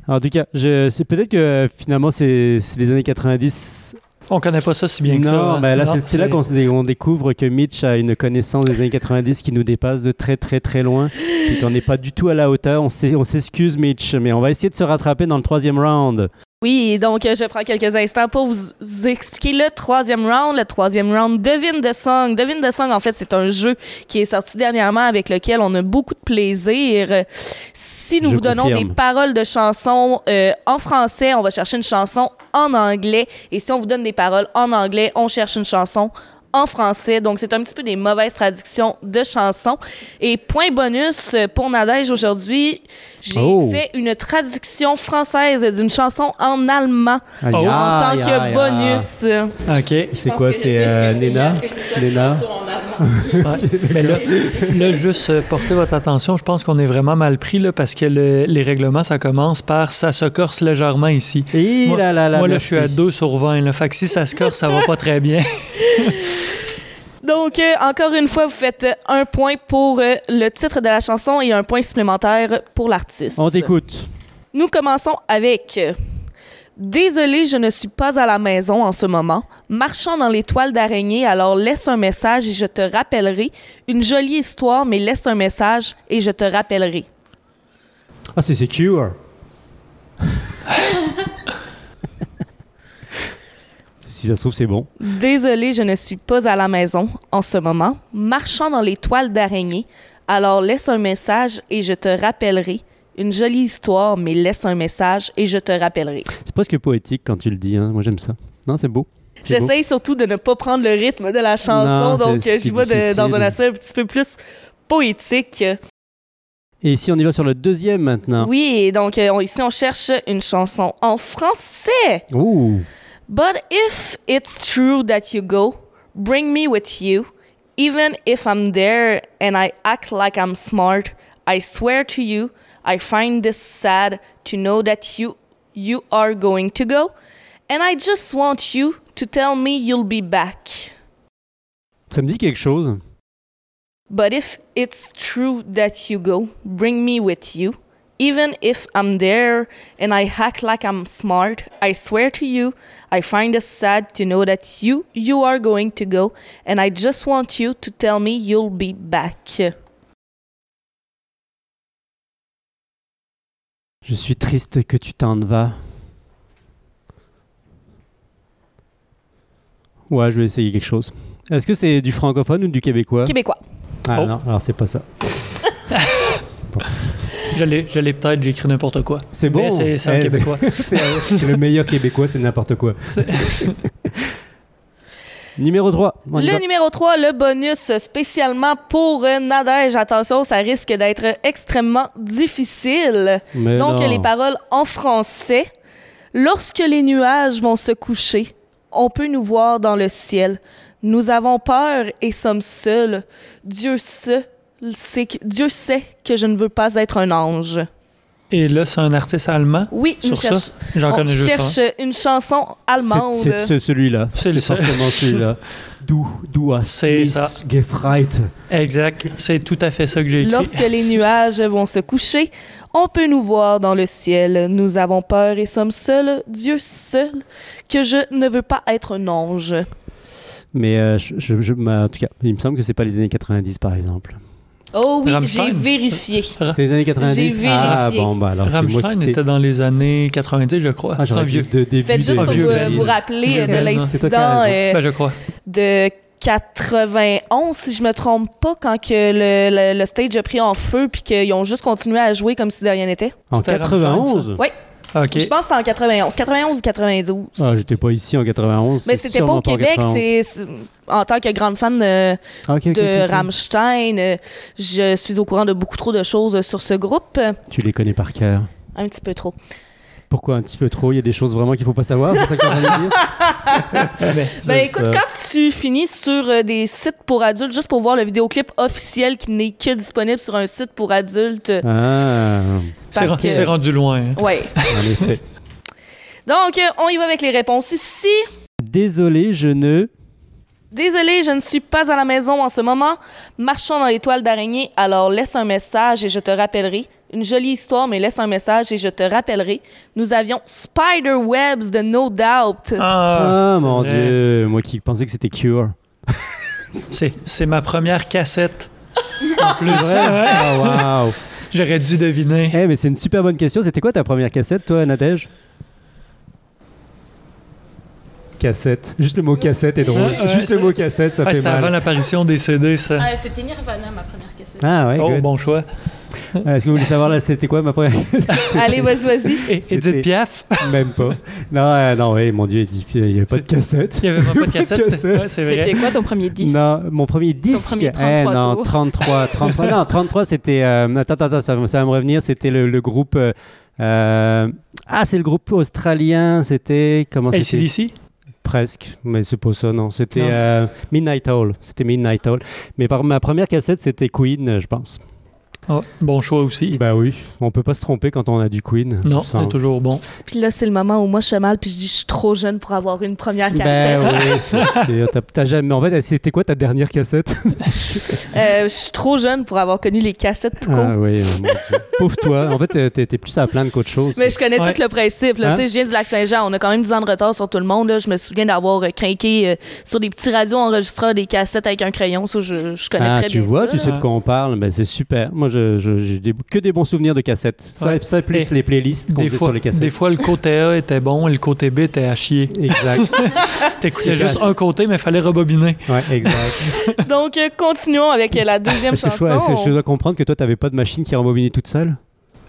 Speaker 2: Alors, en tout cas, je- c'est peut-être que euh, finalement, c'est c'est les années 90,
Speaker 4: On connaît pas ça si bien que ça.
Speaker 2: non,
Speaker 4: hein.
Speaker 2: mais là,
Speaker 4: Non,
Speaker 2: c'est- c'est là qu'on se dé- on découvre que Mitch a une connaissance des années 90 qui nous dépasse de très, très, très loin. Et qu'on n'est pas du tout à la hauteur. On s'est- on s'excuse, Mitch, mais on va essayer de se rattraper dans le troisième round.
Speaker 5: Oui, donc euh, je prends quelques instants pour vous expliquer le troisième round. Le troisième round, Devine the Song. Devine the Song, en fait, c'est un jeu qui est sorti dernièrement avec lequel on a beaucoup de plaisir. Euh, Si nous
Speaker 2: Je
Speaker 5: vous donnons
Speaker 2: confirme.
Speaker 5: des paroles de chansons euh, en français, on va chercher une chanson en anglais. Et si on vous donne des paroles en anglais, on cherche une chanson en français. Donc, c'est un petit peu des mauvaises traductions de chansons. Et point bonus euh, pour Nadège aujourd'hui, j'ai
Speaker 2: Oh.
Speaker 5: fait une traduction française d'une chanson en allemand
Speaker 2: Aïe,
Speaker 4: Oh.
Speaker 2: aïe,
Speaker 5: en tant
Speaker 2: aïe,
Speaker 5: que
Speaker 2: aïe.
Speaker 5: bonus.
Speaker 4: OK.
Speaker 2: C'est quoi C'est euh, Nena Nena
Speaker 4: Ouais. Mais Ben là, là, juste euh, portez votre attention, je pense qu'on est vraiment mal pris là, parce que le- les règlements, ça commence par ça se corse légèrement ici.
Speaker 2: Et
Speaker 4: Moi-
Speaker 2: là, là, Ah là,
Speaker 4: Moi, là, je
Speaker 2: merci.
Speaker 4: suis à 2 sur 20. Là, fait que si ça se corse, ça va pas très bien.
Speaker 5: Donc, euh, encore une fois, vous faites euh, un point pour euh, le titre de la chanson et un point supplémentaire pour l'artiste.
Speaker 2: On t'écoute.
Speaker 5: Nous commençons avec euh, Désolé, je ne suis pas à la maison en ce moment. Marchant dans les toiles d'araignée, alors laisse un message et je te rappellerai. Une jolie histoire, mais laisse un message et je te rappellerai.
Speaker 2: Ah, c'est Secure. si ça se trouve, c'est bon.
Speaker 5: Désolé, je ne suis pas à la maison en ce moment. Marchant dans les toiles d'araignée, alors laisse un message et je te rappellerai. Une jolie histoire, mais laisse un message et je te rappellerai.
Speaker 2: C'est presque poétique quand tu le dis. hein. Moi, j'aime ça. Non, c'est beau. C'est beau.
Speaker 5: J'essaye surtout de ne pas prendre le rythme de la chanson,
Speaker 2: Non, c'est-
Speaker 5: donc euh,
Speaker 2: c'est
Speaker 5: je vais de-
Speaker 2: difficile.
Speaker 5: dans un aspect un petit peu plus poétique.
Speaker 2: Et ici, on y va sur le deuxième maintenant.
Speaker 5: Oui, donc euh, on- ici on cherche une chanson en français.
Speaker 2: Ouh.
Speaker 5: But if it's true that you go, bring me with you. Even if I'm there and I act like I'm smart, I swear to you, I find this sad to know that you you are going to go. And I just want you to tell me you'll be back.
Speaker 2: Ça me dit quelque chose.
Speaker 5: But if it's true that you go, bring me with you. Even if I'm there and I act like I'm smart, I swear to you, I find it sad to know that you you are going to go, and I just want you to tell me you'll be back.
Speaker 2: Je suis triste que tu t'en vas. Ouais, je vais essayer quelque chose. Est-ce que c'est du francophone ou du québécois
Speaker 5: Québécois.
Speaker 2: Ah
Speaker 4: Oh.
Speaker 2: non, alors c'est pas ça.
Speaker 4: J'allais, j'allais peut-être, j'ai écrit n'importe quoi.
Speaker 2: C'est bon.
Speaker 4: Mais c'est, c'est un
Speaker 2: Eh,
Speaker 4: Québécois.
Speaker 2: c'est- c'est le meilleur québécois, c'est n'importe quoi. Numéro 3.
Speaker 5: Le numéro 3, le bonus spécialement pour euh, Nadège. Attention, ça risque d'être extrêmement difficile. Donc, les paroles en français. Lorsque les nuages vont se coucher, on peut nous voir dans le ciel. Nous avons peur et sommes seuls. Dieu sait, sait que- Dieu sait que je ne veux pas être un ange.
Speaker 4: Et là, c'est un artiste allemand.
Speaker 5: Oui, une
Speaker 4: Sur ça,
Speaker 5: cherche-
Speaker 4: j'en
Speaker 5: on
Speaker 4: connais juste un.
Speaker 5: cherche une chanson allemande.
Speaker 2: C'est c'est ce- celui-là.
Speaker 4: C'est le seul.
Speaker 2: forcément celui-là. Du, du,
Speaker 4: C'est ça.
Speaker 2: Gefreit.
Speaker 4: Exact. C'est tout à fait ça que j'ai écrit.
Speaker 5: Lorsque les nuages vont se coucher, on peut nous voir dans le ciel. Nous avons peur et sommes seuls. Dieu seul que je ne veux pas être un ange.
Speaker 2: Mais euh, je, je- je- ma- en tout cas, il me semble que c'est pas les années 90 par exemple.
Speaker 5: Oh oui,
Speaker 4: Rammstein.
Speaker 5: j'ai vérifié.
Speaker 4: Ra-
Speaker 2: C'est les années 90
Speaker 5: vérifié.
Speaker 2: Ah bon, bah alors c'est moi
Speaker 4: Rammstein
Speaker 2: qui sais.
Speaker 4: était dans les années 90, je crois.
Speaker 2: Ah,
Speaker 4: c'est un
Speaker 2: j'aurais dit
Speaker 4: vieux.
Speaker 2: de début.
Speaker 5: Faites juste
Speaker 2: de-
Speaker 5: pour
Speaker 4: vieux
Speaker 5: vous,
Speaker 4: David.
Speaker 5: vous rappeler euh, de
Speaker 4: David, non,
Speaker 2: c'est toi qui as
Speaker 5: l'incident
Speaker 2: raison.
Speaker 5: euh,
Speaker 4: Ben, je crois.
Speaker 5: de 91, si je me trompe pas, quand que le, le- le stage a pris en feu puis qu'ils ont juste continué à jouer comme si de rien n'était.
Speaker 2: En
Speaker 4: C'était Rammstein,
Speaker 2: 91
Speaker 5: Oui,
Speaker 4: OK.
Speaker 5: je pense que c'était en 91. 91 ou 92.
Speaker 2: Ah, j'étais pas ici en 91.
Speaker 5: Mais
Speaker 2: c'est
Speaker 5: c'était pas au
Speaker 2: sûrement en
Speaker 5: Québec.
Speaker 2: 91.
Speaker 5: C'est c'est- En tant que grande fan de,
Speaker 2: Ah, ok, ok,
Speaker 5: de
Speaker 2: ok, ok.
Speaker 5: Rammstein, euh, je suis au courant de beaucoup trop de choses sur ce groupe. euh,
Speaker 2: Tu les connais par cœur.
Speaker 5: Un petit peu trop.
Speaker 2: Pourquoi un petit peu trop Il y a des choses vraiment qu'il faut pas savoir. C'est ça qu'on vient de dire
Speaker 5: Ben
Speaker 2: C'est
Speaker 5: écoute,
Speaker 2: ça.
Speaker 4: euh,
Speaker 5: quand tu finis sur euh, des sites pour adultes, juste pour voir le vidéoclip officiel qui n'est que disponible sur un site pour adultes, euh,
Speaker 2: Ah,
Speaker 4: C'est,
Speaker 5: parce
Speaker 4: ren- c'est
Speaker 5: que...
Speaker 4: rendu loin. hein.
Speaker 5: Ouais.
Speaker 2: en effet.
Speaker 5: Donc, euh, on y va avec les réponses ici.
Speaker 2: Désolé, je ne.
Speaker 5: Désolé, je ne suis pas à la maison en ce moment. Marchons dans les toiles d'araignée, alors laisse un message et je te rappellerai. Une jolie histoire, mais laisse un message et je te rappellerai. Nous avions Spider Webs de No Doubt.
Speaker 2: Ah,
Speaker 4: c'est
Speaker 2: mon
Speaker 4: vrai.
Speaker 2: dieu, moi qui pensais que c'était Cure.
Speaker 4: C'est, c'est ma première cassette. en plus, Ouais.
Speaker 2: Ah, waouh.
Speaker 4: j'aurais dû deviner.
Speaker 2: Eh, mais c'est une super bonne question. C'était quoi ta première cassette, toi, Nadège Cassette. Juste le mot cassette est drôle.
Speaker 4: Ouais, ouais,
Speaker 2: Juste
Speaker 4: c'est-
Speaker 2: le mot cassette, ça
Speaker 4: Ah,
Speaker 2: fait
Speaker 4: c'était avant
Speaker 2: mal.
Speaker 4: l'apparition des CD, ça.
Speaker 1: Ah, C'était Nirvana, ma première cassette.
Speaker 2: Ah ouais,
Speaker 4: Oh,
Speaker 2: good.
Speaker 4: bon choix.
Speaker 2: Euh, Est-ce que vous voulez savoir, là, c'était quoi ma première Ah.
Speaker 5: Allez, vas-y, vas-y.
Speaker 4: Et
Speaker 2: C'était-
Speaker 4: Edith Piaf,
Speaker 2: Même pas. Non, euh, non, oui, mon Dieu, il dit- il n'y avait pas de cassette.
Speaker 4: il n'y avait vraiment pas de cassette. c'était-
Speaker 2: Cassette.
Speaker 4: ouais, c'est vrai.
Speaker 1: C'était quoi ton premier disque
Speaker 2: Non, mon premier disque.
Speaker 1: premier
Speaker 2: eh,
Speaker 1: 33
Speaker 2: non,
Speaker 1: tours.
Speaker 2: 33. 33 non, 33, c'était. euh, attends, attends, attends, ça, va- ça va me revenir. C'était le, le groupe. euh, euh, ah, c'est le groupe australien. C'était. Comment c'était
Speaker 4: ACDC?
Speaker 2: Presque, mais c'est pas ça, non. C'était
Speaker 4: Non.
Speaker 2: euh, Midnight Hall. C'était Midnight Hall. Mais par ma première cassette, c'était Queen, euh, je pense.
Speaker 4: Ah, bon choix aussi.
Speaker 2: Bah oui, on peut pas se tromper quand on a du Queen.
Speaker 4: Non,
Speaker 2: Ça,
Speaker 4: c'est toujours bon.
Speaker 5: Puis là, c'est le moment où moi, je fais mal, puis je dis, je suis trop jeune pour avoir une première
Speaker 2: Ben
Speaker 5: cassette.
Speaker 2: oui, c'est sûr. T'as- t'as jamais. En fait, c'était quoi ta dernière cassette
Speaker 5: Euh, je suis trop jeune pour avoir connu les cassettes tout court.
Speaker 2: Ah oui, euh, mon Dieu. pauvre toi. En fait, euh, t'es t'es plus à plaindre qu'autre chose.
Speaker 5: Mais je connais
Speaker 4: Ouais.
Speaker 5: tout le principe. Là.
Speaker 2: Hein?
Speaker 5: Tu sais, Je viens du Lac-Saint-Jean. On a quand même 10 ans de retard sur tout le monde. Là. Je me souviens d'avoir euh, craqué euh, sur des petits radios enregistreurs des cassettes avec un crayon. Ça, je, je connais
Speaker 2: Ah,
Speaker 5: très
Speaker 2: tu
Speaker 5: bien
Speaker 2: vois,
Speaker 5: ça.
Speaker 2: tu
Speaker 5: là.
Speaker 2: sais de quoi on parle, ben, c'est super. Moi, je- je- j'ai des- que des bons souvenirs de cassettes. Ça,
Speaker 4: Ouais.
Speaker 2: ça plus
Speaker 4: Et
Speaker 2: les playlists qu'on
Speaker 4: Des
Speaker 2: faisait
Speaker 4: fois,
Speaker 2: sur les cassettes.
Speaker 4: des fois, le côté A était bon et le côté B était à chier.
Speaker 2: Exact.
Speaker 4: T'écoutais
Speaker 2: C'est
Speaker 4: juste
Speaker 2: assez-
Speaker 4: un côté, mais fallait rebobiner.
Speaker 2: ouais, exact.
Speaker 5: Donc, euh, continuons avec euh, la deuxième
Speaker 2: Parce que je, dois-
Speaker 5: chanson.
Speaker 2: je dois comprendre que toi, t'avais pas de machine qui rembobinait toute seule.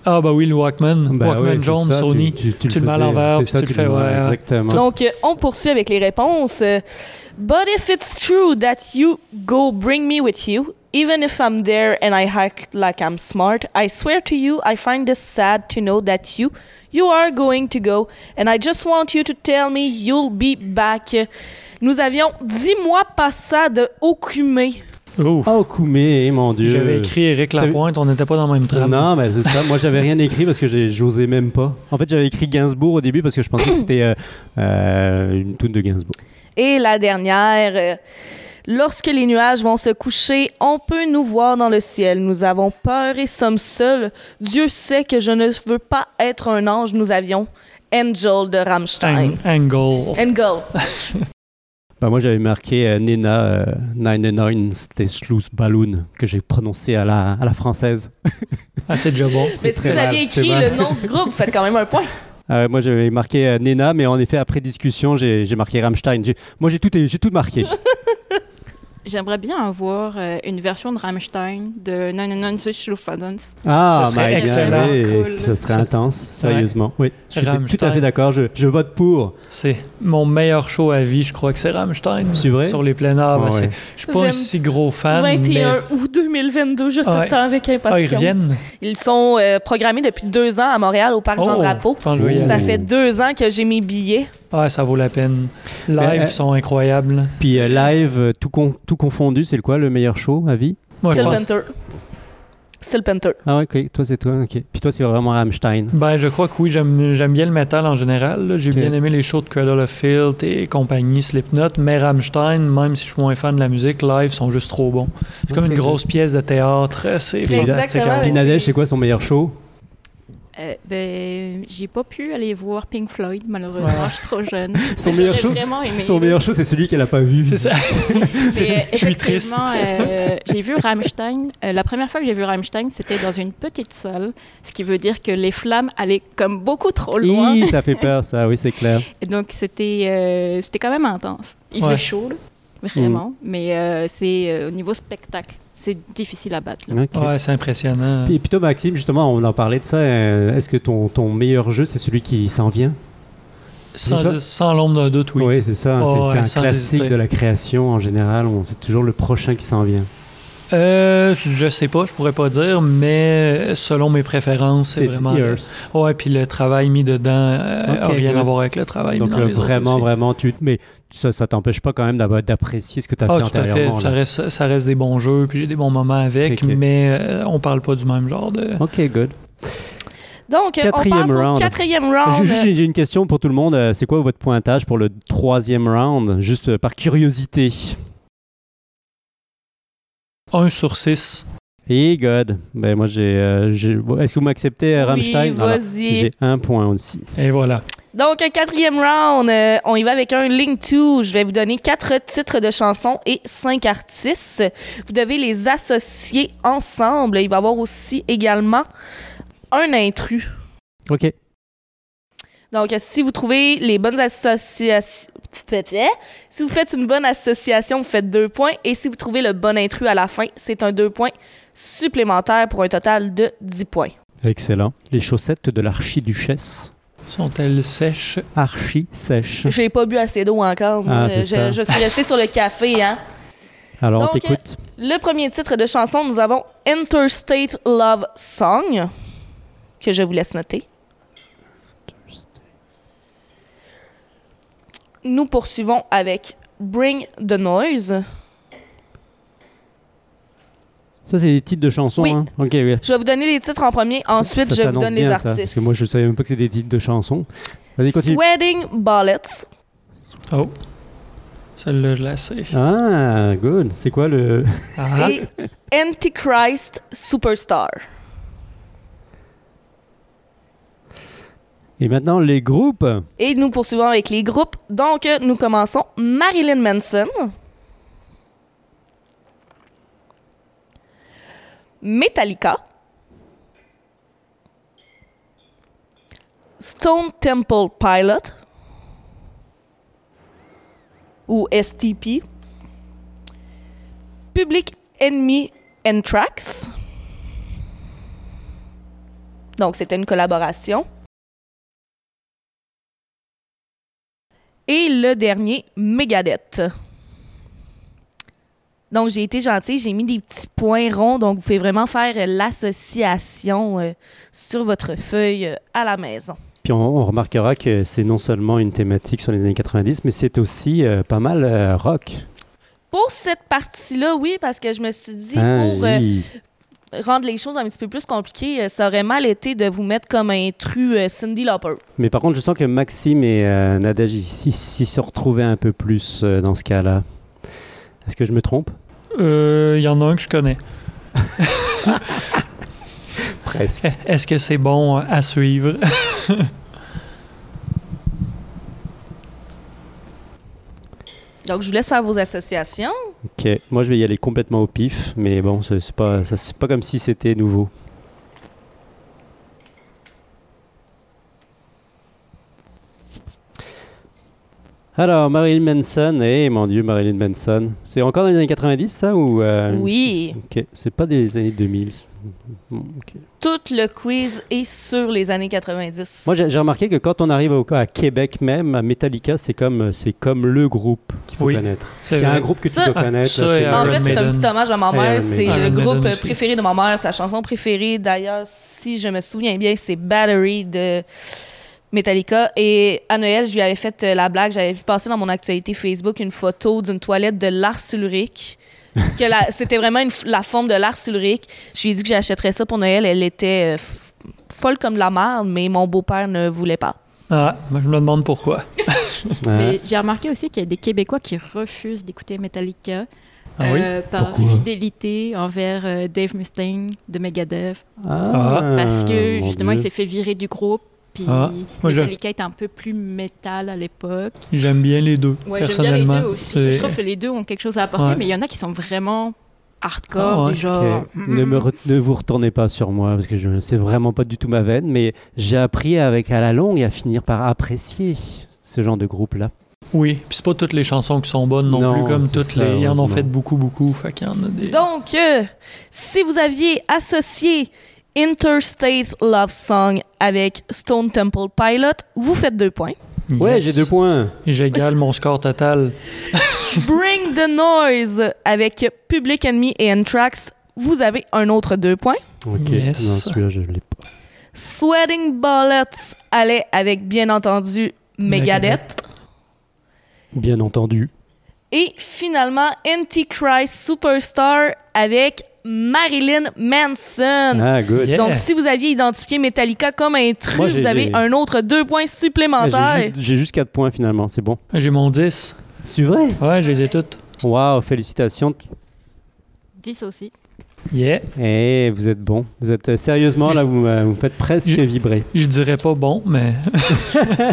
Speaker 4: Ah, bah oui, le Walkman.
Speaker 2: Ben
Speaker 4: Walkman
Speaker 2: ouais, c'est
Speaker 4: Jones,
Speaker 2: ça,
Speaker 4: Sony.
Speaker 2: Tu,
Speaker 4: tu le mets à
Speaker 2: faisais,
Speaker 4: l'envers,
Speaker 2: c'est
Speaker 4: puis
Speaker 2: ça,
Speaker 4: tu le fais,
Speaker 2: mets,
Speaker 4: ouais, ouais.
Speaker 2: Exactement.
Speaker 5: Donc, euh, on poursuit avec les réponses. Euh, But if it's true that you go bring me with you, even if I'm there and I act like I'm smart, I swear to you, I find this sad to know that you, you are going to go, and I just want you to tell me you'll be back. Nous avions dix mois passés de Okume.
Speaker 4: Ouf.
Speaker 2: Oh, Koumé, mon Dieu.
Speaker 4: J'avais écrit Éric Lapointe, on n'était pas dans le même trame.
Speaker 2: Non, mais c'est ça. Moi, j'avais rien écrit parce que j'ai- j'osais même pas. En fait, j'avais écrit Gainsbourg au début parce que je pensais que c'était euh, euh, une toune de Gainsbourg.
Speaker 5: Et la dernière, euh, lorsque les nuages vont se coucher, on peut nous voir dans le ciel. Nous avons peur et sommes seuls. Dieu sait que je ne veux pas être un ange. Nous avions Angel de Rammstein.
Speaker 4: Ang- Angle.
Speaker 5: Angel.
Speaker 2: Bah, moi, j'avais marqué euh, Nena euh, 99 Stechloos Balloon, que j'ai prononcé à la, à la française.
Speaker 4: Ah, c'est déjà bon.
Speaker 5: Mais si vous
Speaker 2: très
Speaker 5: aviez
Speaker 2: mal, c'est
Speaker 5: écrit
Speaker 2: mal.
Speaker 5: le nom du groupe, vous faites quand même un point.
Speaker 2: Euh, moi, j'avais marqué euh, Nena, mais en effet, après discussion, j'ai j'ai marqué Rammstein. J'ai- Moi, j'ai tout, j'ai tout marqué.
Speaker 1: J'aimerais bien avoir euh, une version de Rammstein de Non Non Non Schluffadens.
Speaker 2: Ah,
Speaker 4: Ce serait
Speaker 2: my God,
Speaker 4: excellent.
Speaker 2: oui,
Speaker 1: Cool.
Speaker 2: Ça serait
Speaker 4: Ça-
Speaker 2: intense, sérieusement. Oui, je suis
Speaker 4: Rammstein.
Speaker 2: tout à fait d'accord. Je, je vote pour.
Speaker 4: C'est mon meilleur show à vie, je crois que c'est Rammstein.
Speaker 2: C'est vrai?
Speaker 4: Sur les plénards.
Speaker 2: Ah
Speaker 4: ben,
Speaker 2: ouais.
Speaker 4: c'est- Je suis pas un
Speaker 5: Vingt-
Speaker 4: si gros fan. mais...
Speaker 5: 21 août 2022, je
Speaker 4: Ah ouais.
Speaker 5: t'attends avec impatience.
Speaker 4: Ah, ils reviennent?
Speaker 5: Ils sont euh, programmés depuis deux ans à Montréal au Parc Jean-Drapeau.
Speaker 4: attends, je vais y
Speaker 2: Oh.
Speaker 5: Ça
Speaker 4: aller.
Speaker 5: fait deux ans que j'ai mes billets.
Speaker 4: Ah, ça vaut la peine. Live
Speaker 2: Mais, euh,
Speaker 4: sont incroyables.
Speaker 2: Puis euh, live, euh, tout, con- tout confondu, c'est le quoi le meilleur show à vie
Speaker 4: Moi, je
Speaker 5: Steel
Speaker 4: pense.
Speaker 5: Panther. Steel Panther.
Speaker 2: Ah, ouais, ok, toi, c'est toi. ok. Puis toi, c'est vraiment Rammstein.
Speaker 4: Ben, je crois que oui, j'aime j'aime bien le métal en général. là. J'ai
Speaker 2: Ok.
Speaker 4: bien aimé les shows de Cradle of Filth et compagnie, Slipknot, mais Rammstein, même si je suis moins fan de la musique, live sont juste trop bons. C'est comme
Speaker 2: Ok,
Speaker 4: une
Speaker 2: ok.
Speaker 4: grosse pièce de théâtre. euh, C'est
Speaker 5: Exactement,
Speaker 4: fantastique.
Speaker 5: ouais.
Speaker 2: Puis Nadège, c'est quoi son meilleur show
Speaker 1: Euh, ben, j'ai pas pu aller voir Pink Floyd, malheureusement,
Speaker 4: Ah.
Speaker 1: je suis trop jeune.
Speaker 2: Son meilleur
Speaker 1: J'aurais
Speaker 2: show-
Speaker 1: vraiment aimé,
Speaker 2: Son
Speaker 1: là.
Speaker 2: meilleur show, c'est celui qu'elle n'a pas vu.
Speaker 4: C'est ça.
Speaker 1: Mais, euh,
Speaker 4: C'est- je suis triste.
Speaker 1: effectivement, euh, j'ai vu Rammstein. Euh, la première fois que j'ai vu Rammstein, c'était dans une petite salle, ce qui veut dire que les flammes allaient comme beaucoup trop loin.
Speaker 2: Hi, ça fait peur, ça, oui, c'est clair.
Speaker 1: Et donc c'était euh, c'était quand même intense. Il
Speaker 4: Ouais. Mm.
Speaker 1: faisait chaud, là, vraiment, mais euh, c'est euh, au niveau spectacle, c'est difficile à battre. là.
Speaker 2: Ok.
Speaker 4: Ouais, c'est impressionnant.
Speaker 2: Puis, puis toi, Maxime, justement, on en parlait de ça. euh, Est-ce que ton, ton meilleur jeu, c'est celui qui s'en vient
Speaker 4: Sans, sans l'ombre d'un doute, oui.
Speaker 2: Oui, c'est ça. hein.
Speaker 4: Oh,
Speaker 2: c'est- c'est
Speaker 4: ouais,
Speaker 2: un
Speaker 4: sans
Speaker 2: classique
Speaker 4: hésiter.
Speaker 2: de la création en général. On C'est toujours le prochain qui s'en vient.
Speaker 4: Euh, je sais pas, je pourrais pas dire, mais euh, selon mes préférences, c'est vraiment.
Speaker 2: Years.
Speaker 4: Ouais, puis le travail mis dedans euh, a
Speaker 2: Ok,
Speaker 4: rien
Speaker 2: good.
Speaker 4: à voir avec le travail.
Speaker 2: Donc
Speaker 4: mis dans
Speaker 2: là,
Speaker 4: les autres
Speaker 2: vraiment,
Speaker 4: aussi.
Speaker 2: vraiment, tu... mais ça, ça t'empêche pas quand même d'ab- d'apprécier ce que tu as
Speaker 4: Ah,
Speaker 2: fait
Speaker 4: tout à fait.
Speaker 2: antérieurement.
Speaker 4: Ça
Speaker 2: là.
Speaker 4: reste, ça reste des bons jeux, puis j'ai des bons moments avec,
Speaker 2: Ok, ok.
Speaker 4: mais euh, on parle pas du même genre de.
Speaker 2: Ok, good.
Speaker 5: Donc, euh,
Speaker 2: Quatrième
Speaker 5: on passe
Speaker 2: round.
Speaker 5: au quatrième
Speaker 2: Ju-
Speaker 5: round.
Speaker 2: juste, J'ai j'ai une question pour tout le monde. Euh, C'est quoi votre pointage pour le troisième round Juste euh, par curiosité.
Speaker 4: 1 sur 6.
Speaker 2: Et God. Ben moi j'ai. euh, j'ai- bon, Est-ce que vous m'acceptez euh, Rammstein
Speaker 5: oui,
Speaker 2: Non, non.
Speaker 5: vas-y.
Speaker 2: J'ai un point aussi.
Speaker 4: Et voilà.
Speaker 5: Donc, un quatrième round. euh, on y va avec un link to. Je vais vous donner quatre titres de chansons et cinq artistes. Vous devez les associer ensemble. Il va y avoir aussi également un intrus.
Speaker 2: Ok.
Speaker 5: Donc, euh, si vous trouvez les bonnes associations... Si vous faites une bonne association, vous faites deux points. Et si vous trouvez le bon intrus à la fin, c'est un deux points supplémentaire pour un total de 10 points.
Speaker 2: Excellent. Les chaussettes de l'archiduchesse.
Speaker 4: Sont-elles sèches?
Speaker 2: Archi sèche.
Speaker 5: J'ai pas bu assez d'eau encore. moi.
Speaker 2: Ah, c'est ça.
Speaker 5: je, je suis restée sur le café, hein.
Speaker 2: Alors on
Speaker 5: Donc,
Speaker 2: t'écoute.
Speaker 5: Le premier titre de chanson, nous avons Interstate Love Song, que je vous laisse noter. Nous poursuivons avec Bring the Noise.
Speaker 2: Ça c'est des titres de chansons.
Speaker 5: eh, Oui.
Speaker 2: hein? Ok. oui.
Speaker 5: Je vais vous donner les titres en premier, ensuite
Speaker 2: Ça
Speaker 5: je vous
Speaker 2: s'annonce
Speaker 5: donne les
Speaker 2: bien, ça,
Speaker 5: artistes.
Speaker 2: parce que moi je savais même pas que c'était des titres de chansons. Vas-y continue.
Speaker 5: Sweating Bullets.
Speaker 4: Oh. Celle-là, je la sais.
Speaker 2: Ah good. C'est quoi le
Speaker 4: Ah.
Speaker 5: et Antichrist Superstar.
Speaker 2: Et maintenant les groupes.
Speaker 5: Et nous poursuivons avec les groupes. Donc, euh, nous commençons Marilyn Manson. Metallica. Stone Temple Pilot. Ou STP. Public Enemy Anthrax. Donc, c'était une collaboration. Et le dernier, Megadeth. Donc, j'ai été gentille, j'ai mis des petits points ronds, donc vous pouvez vraiment faire euh, l'association euh, sur votre feuille euh, à la maison.
Speaker 2: Puis on, on remarquera que c'est non seulement une thématique sur les années 90, mais c'est aussi euh, pas mal euh, rock.
Speaker 5: Pour cette partie-là, oui, parce que je me suis dit,
Speaker 2: Hein,
Speaker 5: pour euh,
Speaker 2: hi.
Speaker 5: rendre les choses un petit peu plus compliquées, euh, ça aurait mal été de vous mettre comme intrus euh, Cindy Lauper.
Speaker 2: Mais par contre, je sens que Maxime et euh, Nadège ici s'y se retrouvaient un peu plus euh, dans ce cas-là. Est-ce que je me trompe
Speaker 4: Euh, Il y en a un que je connais.
Speaker 2: Presque.
Speaker 4: Eh, Est-ce que c'est bon euh, à suivre?
Speaker 5: Donc, je vous laisse faire vos associations.
Speaker 2: Ok, moi je vais y aller complètement au pif, mais bon, c'est c'est pas, ça, c'est pas comme si c'était nouveau. Alors, Marilyn Manson, eh mon dieu, Marilyn Manson. C'est encore dans les années 90 ça ou euh,
Speaker 5: Oui.
Speaker 2: Ok, c'est pas des années 2000. Mm, ok.
Speaker 5: Tout le quiz est sur les années 90.
Speaker 2: Moi j'ai j'ai remarqué que quand on arrive au, à Québec même, à Metallica, c'est comme, c'est comme le groupe qu'il faut
Speaker 4: Oui.
Speaker 2: connaître.
Speaker 4: C'est
Speaker 2: C'est
Speaker 4: vrai.
Speaker 2: un groupe que tu
Speaker 5: Ça-
Speaker 2: dois connaître.
Speaker 4: ça
Speaker 2: là,
Speaker 4: et
Speaker 2: c'est-
Speaker 5: en
Speaker 4: Iron
Speaker 5: fait, c'est un
Speaker 4: Maiden.
Speaker 5: petit hommage à ma
Speaker 2: Iron
Speaker 5: mère. C'est
Speaker 4: Maiden.
Speaker 5: le
Speaker 4: Iron
Speaker 5: groupe
Speaker 4: Maiden aussi.
Speaker 5: préféré de ma mère. Sa chanson préférée, d'ailleurs, si je me souviens bien, c'est Battery de Metallica. Et à Noël, je lui avais fait euh, la blague. J'avais vu passer dans mon actualité Facebook une photo d'une toilette de Lars Ulrich. que la- C'était vraiment une f- la forme de Lars Ulrich. Je lui ai dit que j'achèterais ça pour Noël. Elle était euh, f- folle comme de la merde, mais mon beau-père ne voulait pas.
Speaker 4: Ah, ben, je me demande pourquoi.
Speaker 2: Ouais.
Speaker 1: Mais j'ai remarqué aussi qu'il y a des Québécois qui refusent d'écouter Metallica
Speaker 4: Ah oui?
Speaker 1: euh, par
Speaker 2: Pourquoi?
Speaker 1: fidélité envers euh, Dave Mustaine de Megadeth
Speaker 4: Ah,
Speaker 1: parce que
Speaker 2: mon
Speaker 1: justement il
Speaker 2: Dieu.
Speaker 1: s'est fait virer du groupe. Puis
Speaker 4: Ah, moi, je-
Speaker 1: Metallica était un peu plus métal à l'époque.
Speaker 4: J'aime bien les deux,
Speaker 1: Ouais, j'aime bien les
Speaker 4: personnellement.
Speaker 1: deux aussi.
Speaker 4: C'est-
Speaker 1: Je trouve que les deux ont quelque chose à apporter,
Speaker 4: Ouais.
Speaker 1: mais il y en a qui sont vraiment hardcore,
Speaker 4: Ah ouais.
Speaker 1: du genre. mm,
Speaker 2: Ok, Ne, me re- ne vous retournez pas sur moi parce que je c'est vraiment pas du tout ma veine, mais j'ai appris avec à la longue à finir par apprécier ce genre de groupe là.
Speaker 4: Oui, puis c'est pas toutes les chansons qui sont bonnes non,
Speaker 2: Non,
Speaker 4: plus, comme
Speaker 2: c'est
Speaker 4: toutes
Speaker 2: ça,
Speaker 4: les. Ils en ont
Speaker 2: heureusement.
Speaker 4: fait beaucoup, beaucoup. Fait qu'il y en a des.
Speaker 5: Donc, euh, si vous aviez associé Interstate Love Song avec Stone Temple Pilot, vous faites deux points.
Speaker 2: Ouais,
Speaker 4: Yes.
Speaker 2: j'ai deux points.
Speaker 4: J'égale mon score total.
Speaker 5: Bring the Noise avec Public Enemy et Anthrax, vous avez un autre deux points.
Speaker 2: Ok.
Speaker 4: Yes.
Speaker 2: Non, celui-là je l'ai pas.
Speaker 5: Sweating Bullets allait avec, bien entendu, Megadeth.
Speaker 2: Bien entendu.
Speaker 5: Et finalement, Antichrist Superstar avec Marilyn Manson.
Speaker 2: Ah good.
Speaker 4: Yeah.
Speaker 5: Donc, si vous aviez identifié Metallica comme intrus,
Speaker 2: Moi, j'ai-
Speaker 5: vous avez
Speaker 2: j'ai-
Speaker 5: un autre deux points
Speaker 2: Ah, j'ai
Speaker 5: supplémentaires.
Speaker 2: juste- J'ai juste quatre points finalement, c'est bon.
Speaker 4: J'ai mon 10.
Speaker 2: C'est vrai
Speaker 4: Ouais, je les ai toutes.
Speaker 2: Waouh, félicitations.
Speaker 1: 10 aussi.
Speaker 4: Yeah.
Speaker 2: Eh, vous êtes bon. Vous êtes euh, sérieusement là, vous, euh, vous me faites presque
Speaker 4: Je-
Speaker 2: vibrer.
Speaker 4: Je dirais pas bon, mais.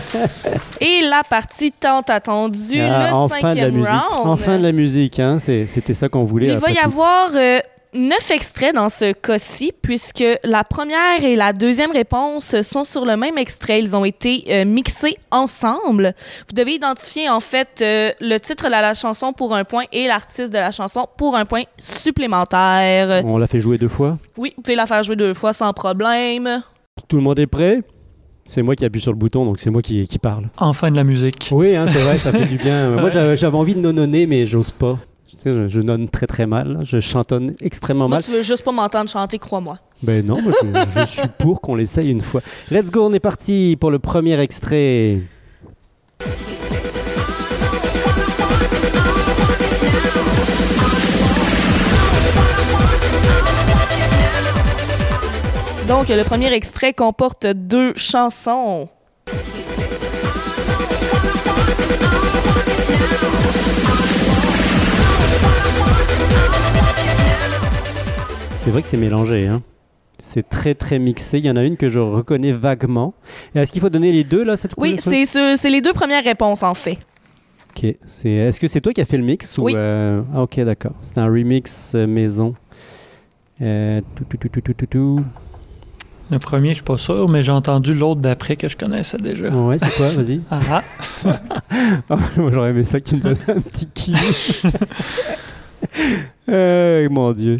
Speaker 5: Et la partie tant attendue,
Speaker 2: Ah,
Speaker 5: le
Speaker 2: enfin de la
Speaker 5: cinquième
Speaker 2: musique.
Speaker 5: round.
Speaker 2: Enfin de la musique, hein. c'est- C'était ça qu'on voulait.
Speaker 5: Il va
Speaker 2: après
Speaker 5: y
Speaker 2: tout.
Speaker 5: avoir euh, neuf extraits dans ce cas-ci, puisque la première et la deuxième réponse sont sur le même extrait. Ils ont été euh, mixés ensemble. Vous devez identifier, en fait, euh, le titre de la chanson pour un point et l'artiste de la chanson pour un point supplémentaire.
Speaker 2: On l'a fait jouer deux fois.
Speaker 5: Oui, vous pouvez la faire jouer deux fois sans problème.
Speaker 2: Tout le monde est prêt C'est moi qui appuie sur le bouton, donc c'est moi qui, qui parle.
Speaker 4: Enfin de la musique.
Speaker 2: Oui, hein, c'est vrai, ça fait du bien. Moi, j'avais j'avais envie de nononner, mais j'ose pas. Tu sais, je, je nonne très très mal, je chantonne extrêmement
Speaker 5: Moi,
Speaker 2: mal.
Speaker 5: tu veux juste pas m'entendre chanter, crois-moi.
Speaker 2: Ben non, moi, je, je suis pour qu'on l'essaye une fois. Let's go, on est parti pour le premier extrait.
Speaker 5: Donc, le premier extrait comporte deux chansons.
Speaker 2: C'est vrai que c'est mélangé, hein. C'est très très mixé. Il y en a une que je reconnais vaguement. Et Est-ce qu'il faut donner les deux là cette
Speaker 5: Oui,
Speaker 2: fois
Speaker 5: c'est ce- c'est les deux premières réponses, en fait.
Speaker 2: Ok. C'est. Est-ce que c'est toi qui as fait le mix ou
Speaker 5: Oui.
Speaker 2: euh, ah, ok, d'accord. C'est un remix euh, maison. Euh, tout, tout, tout, tout, tout, tout, tout.
Speaker 4: Le premier, je suis pas sûr, mais j'ai entendu l'autre d'après que je connaissais déjà.
Speaker 2: Ouais, c'est quoi Vas-y.
Speaker 4: Ah, ah.
Speaker 2: Ah, moi, j'aurais aimé ça que tu me donnes un petit kiwi. Euh, mon dieu.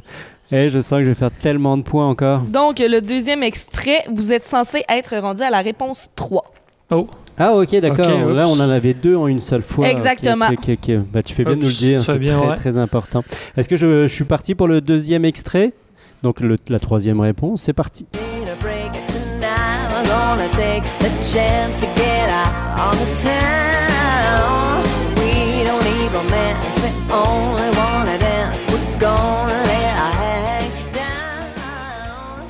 Speaker 2: Eh, je sens que je vais faire tellement de points encore.
Speaker 5: Donc, le deuxième extrait, vous êtes censé être rendu à la réponse 3.
Speaker 4: Oh,
Speaker 2: Ah, ok, d'accord.
Speaker 4: Ok,
Speaker 2: Là, on
Speaker 4: oups.
Speaker 2: en avait deux en une seule fois. Ok,
Speaker 5: Exactement.
Speaker 2: ok, ok, ok. Bah, tu fais bien de nous le
Speaker 4: Oups,
Speaker 2: dire,
Speaker 4: tu fais
Speaker 2: c'est
Speaker 4: bien,
Speaker 2: très,
Speaker 4: ouais.
Speaker 2: très important. Est-ce que je, je suis parti pour le deuxième extrait Donc, le- la troisième réponse, c'est parti.
Speaker 6: Need a break tonight. I'm gonna take the chance to get out on the town. We don't need romance, we only wanna dance. We're gonna let our hang down.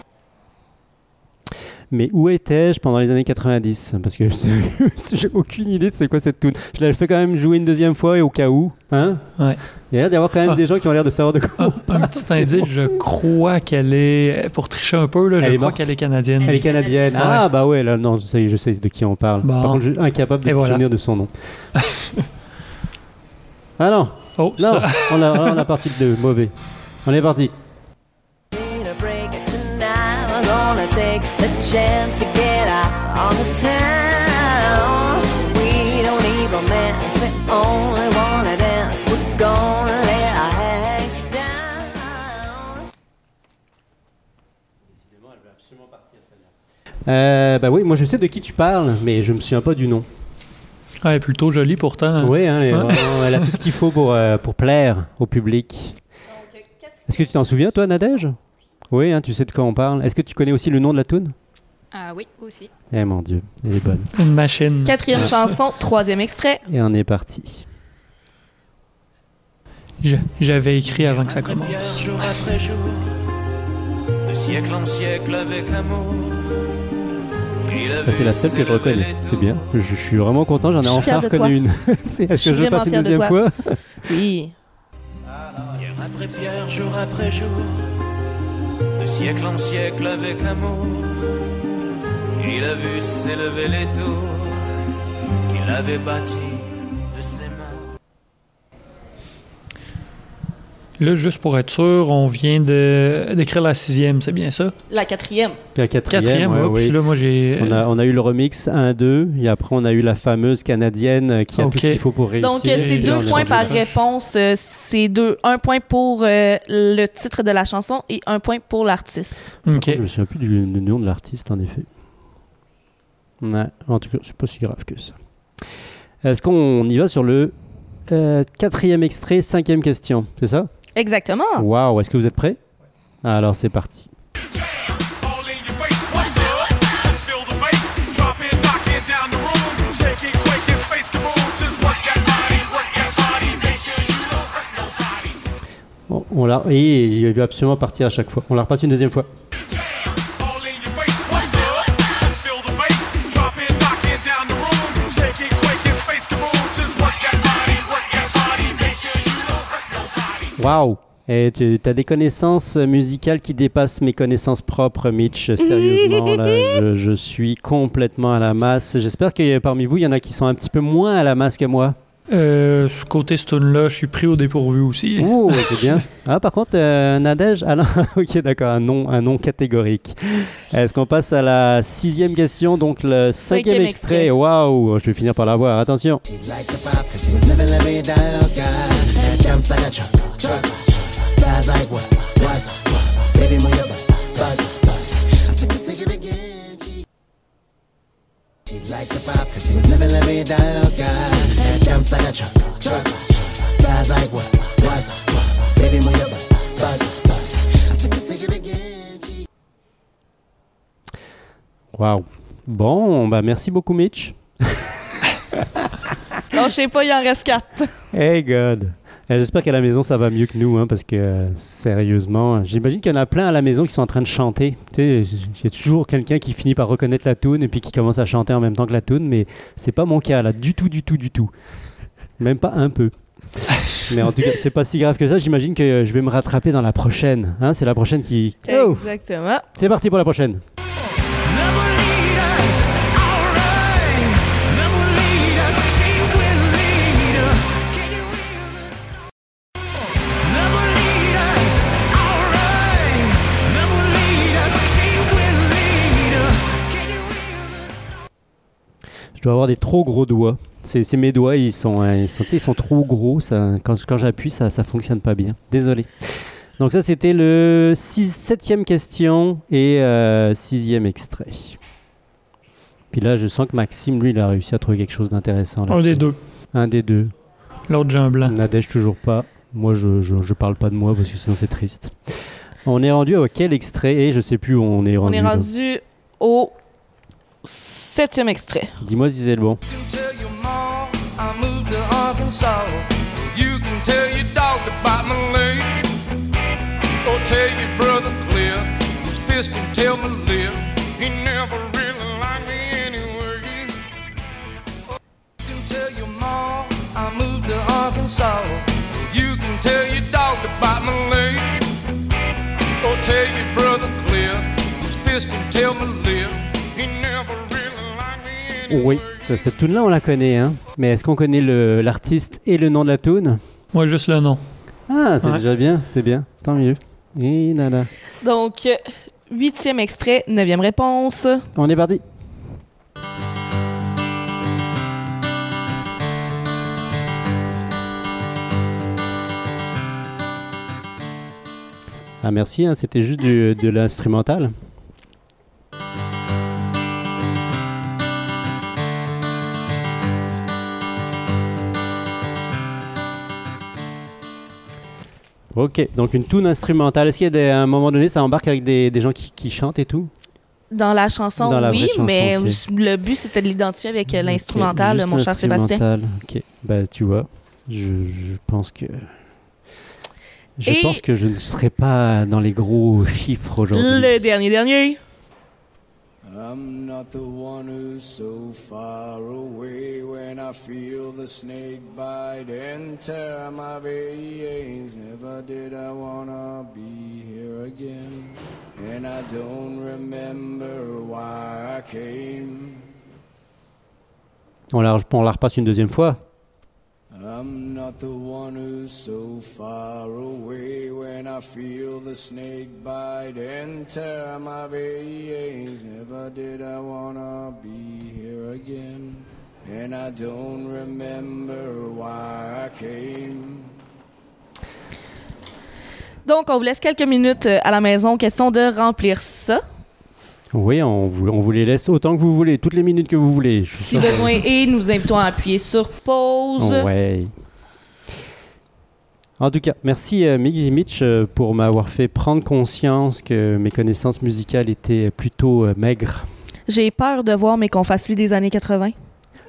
Speaker 2: Mais où étais-je pendant les années 90 Parce que je- j'ai aucune idée de c'est quoi cette tune. Je l'ai fait quand même jouer une deuxième fois et au cas où. Hein
Speaker 4: Ouais.
Speaker 2: Il y a l'air d'avoir quand même
Speaker 4: Ah.
Speaker 2: des gens qui ont l'air de savoir de quoi.
Speaker 4: ah, un petit indice, je crois qu'elle est. Pour tricher un peu, là,
Speaker 2: Elle
Speaker 4: je
Speaker 2: est
Speaker 4: crois
Speaker 2: morte.
Speaker 4: qu'elle est canadienne.
Speaker 2: Elle est canadienne.
Speaker 4: Ah ouais. Bah.
Speaker 2: Ah, bah ouais, là, non, ça y est, je sais de qui on parle.
Speaker 4: Bon.
Speaker 2: Par contre, je suis incapable de
Speaker 4: Et
Speaker 2: me
Speaker 4: voilà.
Speaker 2: souvenir de son nom. Ah non,
Speaker 4: Oh,
Speaker 2: non,
Speaker 4: ça.
Speaker 2: on a, on a parti de deux, mauvais. On est parti.
Speaker 6: Need a break tonight. I'm gonna take the chance to get out on the town. We don't need romance, we only wanna dance. We're gonna let our hang down.
Speaker 2: Euh, bah oui, moi je sais de qui tu parles, mais je me souviens pas du nom.
Speaker 4: Ah, elle est plutôt jolie pourtant.
Speaker 2: Oui, hein, elle, est
Speaker 4: Ouais.
Speaker 2: vraiment- elle a tout ce qu'il faut pour, euh, pour plaire au public. Est-ce que tu t'en souviens, toi, Nadège Oui, hein, tu sais de quoi on parle. Est-ce que tu connais aussi le nom de la toune
Speaker 1: Ah oui, aussi.
Speaker 2: Eh mon dieu, elle est bonne.
Speaker 4: Une machine.
Speaker 5: Quatrième chanson, troisième extrait.
Speaker 2: Et on est parti.
Speaker 4: Je- J'avais écrit avant que ça commence.
Speaker 7: jour après jour, de siècle en siècle avec amour.
Speaker 2: Ça, Ah, Bah, c'est la seule que je reconnais. C'est bien. Je, je suis vraiment content, j'en ai
Speaker 5: Je suis
Speaker 2: enfin
Speaker 5: fière de toi.
Speaker 2: reconnu une. C'est- Est-ce
Speaker 5: suis
Speaker 2: que je
Speaker 5: vraiment
Speaker 2: passe une
Speaker 5: fière de
Speaker 2: deuxième
Speaker 5: toi.
Speaker 2: fois
Speaker 5: Oui.
Speaker 7: Pierre après pierre, jour après jour, de siècle en siècle avec amour. Il a vu s'élever les tours qu'il avait bâties de ses mains.
Speaker 4: Là, juste pour être sûr, on vient de- d'écrire la sixième, c'est bien ça?
Speaker 5: La quatrième.
Speaker 2: La quatrième,
Speaker 4: Quatrième,
Speaker 2: ouais,
Speaker 4: oups,
Speaker 2: oui.
Speaker 4: là, moi j'ai.
Speaker 2: On a, on a eu le remix 1-2, et après on a eu la fameuse canadienne euh, qui a tout
Speaker 4: Ok.
Speaker 2: ce qu'il faut pour réussir.
Speaker 5: Donc, euh, c'est
Speaker 2: Et puis, on
Speaker 5: deux
Speaker 2: est
Speaker 5: points
Speaker 2: rendu
Speaker 5: par
Speaker 2: là.
Speaker 5: réponse. euh, C'est deux. Un point pour euh, le titre de la chanson et un point pour l'artiste.
Speaker 4: Ok.
Speaker 2: Je me souviens plus du, du nom de l'artiste, en effet. Ouais, en tout cas, c'est pas si grave que ça. Est-ce qu'on y va sur le euh, quatrième extrait, cinquième question, c'est ça
Speaker 5: Exactement.
Speaker 2: Waouh, est-ce que vous êtes prêts Alors, c'est parti.
Speaker 8: All in your face, what's up? Just feel the bass, drop it, knock it down the room. Shake it, quake it, space the room. Just work that body, work that body. Make sure you don't hurt nobody.
Speaker 2: Bon, on l'a... Et il veut absolument partir à chaque fois. On la repasse une deuxième fois.
Speaker 8: All in your face, what's up? Just feel the bass, drop it, knock it down the room. Shake it, quake it, space the room. Just work that body, work that body. Make sure you don't hurt nobody.
Speaker 2: Waouh Et tu as des connaissances euh, musicales qui dépassent mes connaissances propres, Mitch. euh, Sérieusement, là, je, je suis complètement à la masse. J'espère que euh, parmi vous, il y en a qui sont un petit peu moins à la masse que moi.
Speaker 4: Euh, ce côté stone là, je suis pris au dépourvu aussi.
Speaker 2: Oh, c'est bien. Ah, par contre, euh, Nadège, ah non, ok, d'accord, un nom, un nom catégorique. Est-ce qu'on passe à la sixième question, donc le cinquième,
Speaker 5: Cinquième
Speaker 2: extrait.
Speaker 5: extrait.
Speaker 2: Waouh, je vais finir par l'avoir. Attention. Waouh. Bon, bah merci beaucoup, Mitch.
Speaker 5: Non, Oh, je sais pas, il en reste quatre.
Speaker 2: Hey God. Euh, J'espère qu'à la maison ça va mieux que nous, hein, parce que euh, sérieusement, j'imagine qu'il y en a plein à la maison qui sont en train de chanter. Tu sais, j- j'ai toujours quelqu'un qui finit par reconnaître la tune et puis qui commence à chanter en même temps que la tune, mais c'est pas mon cas là, du tout, du tout, du tout, même pas un peu. mais en tout cas, c'est pas si grave que ça. J'imagine que euh, je vais me rattraper dans la prochaine. hein, c'est la prochaine qui. Oh
Speaker 5: Exactement.
Speaker 2: c'est parti pour la prochaine.
Speaker 8: Never lead us, alright. Never lead us, she will lead us. Can you hear the Never lead us, alright. Never lead us, she will lead us. Can you hear the
Speaker 2: Je dois avoir des trop gros doigts. C'est c'est mes doigts, ils sont, euh, ils sont, tu sais, ils sont trop gros. Ça, quand quand j'appuie, ça ne fonctionne pas bien. Désolé. Donc ça, c'était le 7 question et 6e extrait. Puis là, je sens que Maxime, lui, il a réussi à trouver quelque chose d'intéressant.
Speaker 4: Un
Speaker 2: là-dessus.
Speaker 4: des deux. Ah.
Speaker 2: Un des deux.
Speaker 4: L'autre, j'ai un blanc.
Speaker 2: Nadège, toujours pas. Moi, je ne parle pas de moi parce que sinon, c'est triste. On est rendu à quel extrait Et je sais plus où on est
Speaker 5: On
Speaker 2: rendu.
Speaker 5: est
Speaker 2: là.
Speaker 5: rendu au septième extrait.
Speaker 2: Dis-moi si c'est le bon.
Speaker 7: You can tell your mom I moved to Arkansas. You can tell your dog about my leg. Or tell your brother Cliff whose fist can tell my lip. He never really liked me anyway. You can tell your mom I moved to Arkansas. You can tell your dog about my leg. Or tell your brother Cliff whose fist can tell my lip. He never really liked me anyway.
Speaker 2: Oui, ça- cette tune là on la connaît, hein. mais est-ce qu'on connaît le- l'artiste et le nom de la tune
Speaker 4: Moi, juste le nom.
Speaker 2: Ah, c'est
Speaker 4: Ouais.
Speaker 2: déjà bien, c'est bien, tant mieux. Et là, là.
Speaker 5: Donc, euh, huitième extrait, neuvième réponse.
Speaker 2: On est parti. Ah merci, hein, c'était juste du- de l'instrumental. Ok, donc une tune instrumentale. Est-ce qu'il y a des- à un moment donné, ça embarque avec des, des gens qui- qui chantent et tout
Speaker 5: Dans la chanson,
Speaker 2: Dans la
Speaker 5: oui,
Speaker 2: vraie chanson,
Speaker 5: mais
Speaker 2: ok.
Speaker 5: le but, c'était de l'identifier avec euh, l'instrumental,
Speaker 2: Ok,
Speaker 5: mon
Speaker 2: juste
Speaker 5: cher Sébastien.
Speaker 2: l'instrumental. Ok, bah tu vois, je, je pense que. Je
Speaker 5: Et-
Speaker 2: pense que je ne serai pas dans les gros chiffres
Speaker 5: Le
Speaker 2: aujourd'hui.
Speaker 5: dernier, dernier.
Speaker 9: I'm not the one who's so far away when I feel the snake bite and tear my veins. Never did I wanna be here again, and I don't remember why I came.
Speaker 2: On la, on la repasse une deuxième fois.
Speaker 9: I'm not the one who's so far away when I feel the snake bite and tear my veins. Never did I wanna be here again, and I don't remember why I came.
Speaker 5: Donc, on vous laisse quelques minutes euh, à la maison. Question de remplir ça,
Speaker 2: Oui, on vous, on vous les laisse autant que vous voulez, toutes les minutes que vous voulez. Je suis
Speaker 5: si
Speaker 2: sûr que-
Speaker 5: besoin est. Nous vous invitons à appuyer sur pause.
Speaker 2: Oh, Ouais. En tout cas, merci euh, Miggy Mitch euh, pour m'avoir fait prendre conscience que mes connaissances musicales étaient plutôt euh, maigres.
Speaker 5: J'ai peur de voir mes fasse lui des années 80.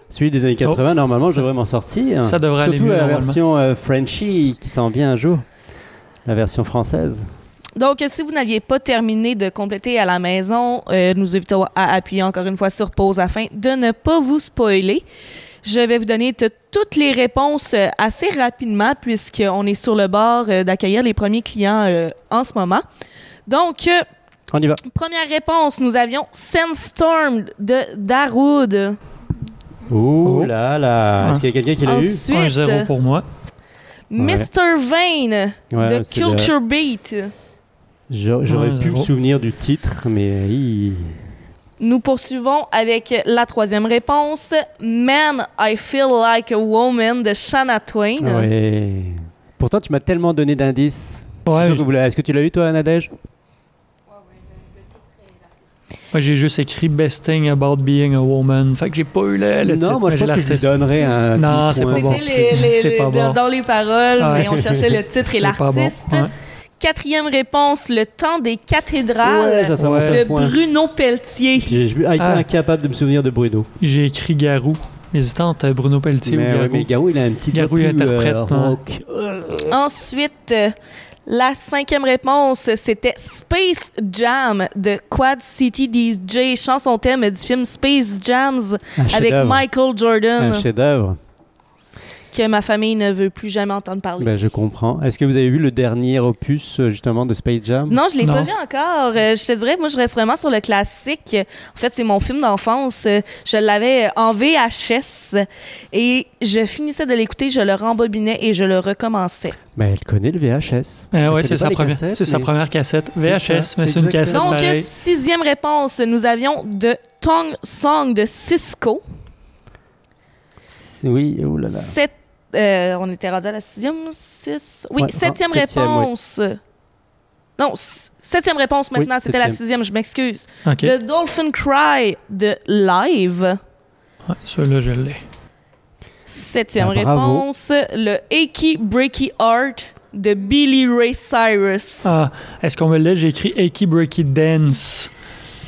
Speaker 2: Celui des années 80, normalement, je devrais m'en sortir.
Speaker 4: Oh. Ça devrait aller
Speaker 2: Surtout
Speaker 4: mieux,
Speaker 2: la
Speaker 4: normalement.
Speaker 2: version euh, Frenchie qui s'en vient un jour. La version française.
Speaker 5: Donc, euh, si vous n'aviez pas terminé de compléter à la maison, euh, nous invitons à appuyer encore une fois sur pause afin de ne pas vous spoiler. Je vais vous donner t- toutes les réponses euh, assez rapidement puisqu'on est sur le bord euh, d'accueillir les premiers clients euh, en ce moment. Donc, euh,
Speaker 2: On y va.
Speaker 5: première réponse, nous avions Sandstorm de Darude.
Speaker 2: Ouh
Speaker 4: Oh. Ah.
Speaker 2: là là. Est-ce qu'il y a quelqu'un qui l'a eu
Speaker 5: Ensuite,
Speaker 4: 1-0 pour moi.
Speaker 5: Mr. Vane
Speaker 2: Ouais,
Speaker 5: de
Speaker 2: c'est le-
Speaker 5: Culture Beat.
Speaker 2: J'a- J'aurais
Speaker 4: Ouais,
Speaker 2: pu me
Speaker 4: zéro.
Speaker 2: souvenir du titre, mais euh, hi.
Speaker 5: Nous poursuivons avec la troisième réponse. Man, I feel like a woman de Shanna Twain.
Speaker 4: Ah
Speaker 2: ouais. Pourtant, tu m'as tellement donné d'indices. Je suis
Speaker 4: Ouais,
Speaker 2: sûr que vous l'avez- Est-ce que tu l'as eu, toi, Nadège
Speaker 4: Moi, j'ai juste écrit Best Thing About Being a Woman. Fait que j'ai pas eu le, Eh, le
Speaker 2: Non,
Speaker 4: titre,
Speaker 2: moi, je
Speaker 4: mais j'ai
Speaker 2: pense que je lui
Speaker 4: l'artiste.
Speaker 2: donnerais un.
Speaker 4: Non,
Speaker 2: petit
Speaker 4: c'est
Speaker 2: point.
Speaker 4: pas bon.
Speaker 5: C'était les- les-
Speaker 4: C'est
Speaker 5: les-
Speaker 4: pas
Speaker 5: dans,
Speaker 4: bon. Ah
Speaker 5: dans les paroles,
Speaker 4: Ouais.
Speaker 5: mais on cherchait le titre et
Speaker 4: C'est pas bon.
Speaker 5: l'artiste.
Speaker 4: Ouais.
Speaker 5: Quatrième réponse, Le temps des
Speaker 2: Ouais,
Speaker 5: cathédrales
Speaker 2: ça, ça avance
Speaker 4: Ouais.
Speaker 2: un
Speaker 5: de
Speaker 2: point.
Speaker 5: Bruno Pelletier.
Speaker 2: J'ai j'ai été
Speaker 4: Ah.
Speaker 2: incapable de me souvenir de Bruno.
Speaker 4: J'ai écrit Garou. Hésitante, euh, Bruno Pelletier
Speaker 2: mais,
Speaker 4: ou
Speaker 2: ouais,
Speaker 4: Garou.
Speaker 2: mais Garou, il a un petit
Speaker 4: Garou,
Speaker 2: peu
Speaker 4: il
Speaker 2: plus, euh,
Speaker 4: interprète, hein.
Speaker 2: rock.
Speaker 5: Ensuite, euh, la cinquième réponse, c'était Space Jam de Quad City DJ, chanson thème du film Space Jams
Speaker 2: Un
Speaker 5: avec
Speaker 2: chef-d'œuvre.
Speaker 5: Michael Jordan.
Speaker 2: Un chef-d'œuvre.
Speaker 5: que ma famille ne veut plus jamais entendre parler.
Speaker 2: Ben, je comprends. Est-ce que vous avez vu le dernier opus euh, justement de Space Jam
Speaker 5: non, je l'ai
Speaker 4: Non.
Speaker 5: pas vu encore. Euh, je te dirais, moi, je reste vraiment sur le classique. En fait, c'est mon film d'enfance. Euh, Je l'avais en VHS et je finissais de l'écouter, je le rembobinais et je le recommençais.
Speaker 2: Ben, elle connaît le VHS.
Speaker 4: Ah
Speaker 2: Elle
Speaker 4: ouais,
Speaker 2: connaît
Speaker 4: c'est
Speaker 2: pas
Speaker 4: sa,
Speaker 2: les
Speaker 4: première-
Speaker 2: cassettes,
Speaker 4: c'est sa
Speaker 2: mais-
Speaker 4: première cassette.
Speaker 2: C'est
Speaker 4: VHS,
Speaker 2: ça,
Speaker 4: mais c'est une
Speaker 2: exactement.
Speaker 4: cassette
Speaker 5: Donc, euh,
Speaker 4: pareille.
Speaker 5: sixième réponse, nous avions de Tongue Song de Cisco.
Speaker 2: C'est- Oui, oh là là.
Speaker 5: Sept- euh, on était rendu à la sixième, six. Oui,
Speaker 2: Ouais,
Speaker 5: septième
Speaker 2: ah, septième, oui.
Speaker 5: réponse. Non, s- septième réponse
Speaker 2: Oui,
Speaker 5: maintenant, c'était la
Speaker 2: septième.
Speaker 5: sixième, je m'excuse.
Speaker 4: OK.
Speaker 5: The Dolphin Cry de Live.
Speaker 4: Ouais, Celui-là, je l'ai.
Speaker 5: Septième
Speaker 2: Ah, bravo.
Speaker 5: réponse. Le Aki Breaky Art de Billy Ray Cyrus.
Speaker 4: Ah, est-ce qu'on me l'a? J'ai écrit Aki Breaky Dance.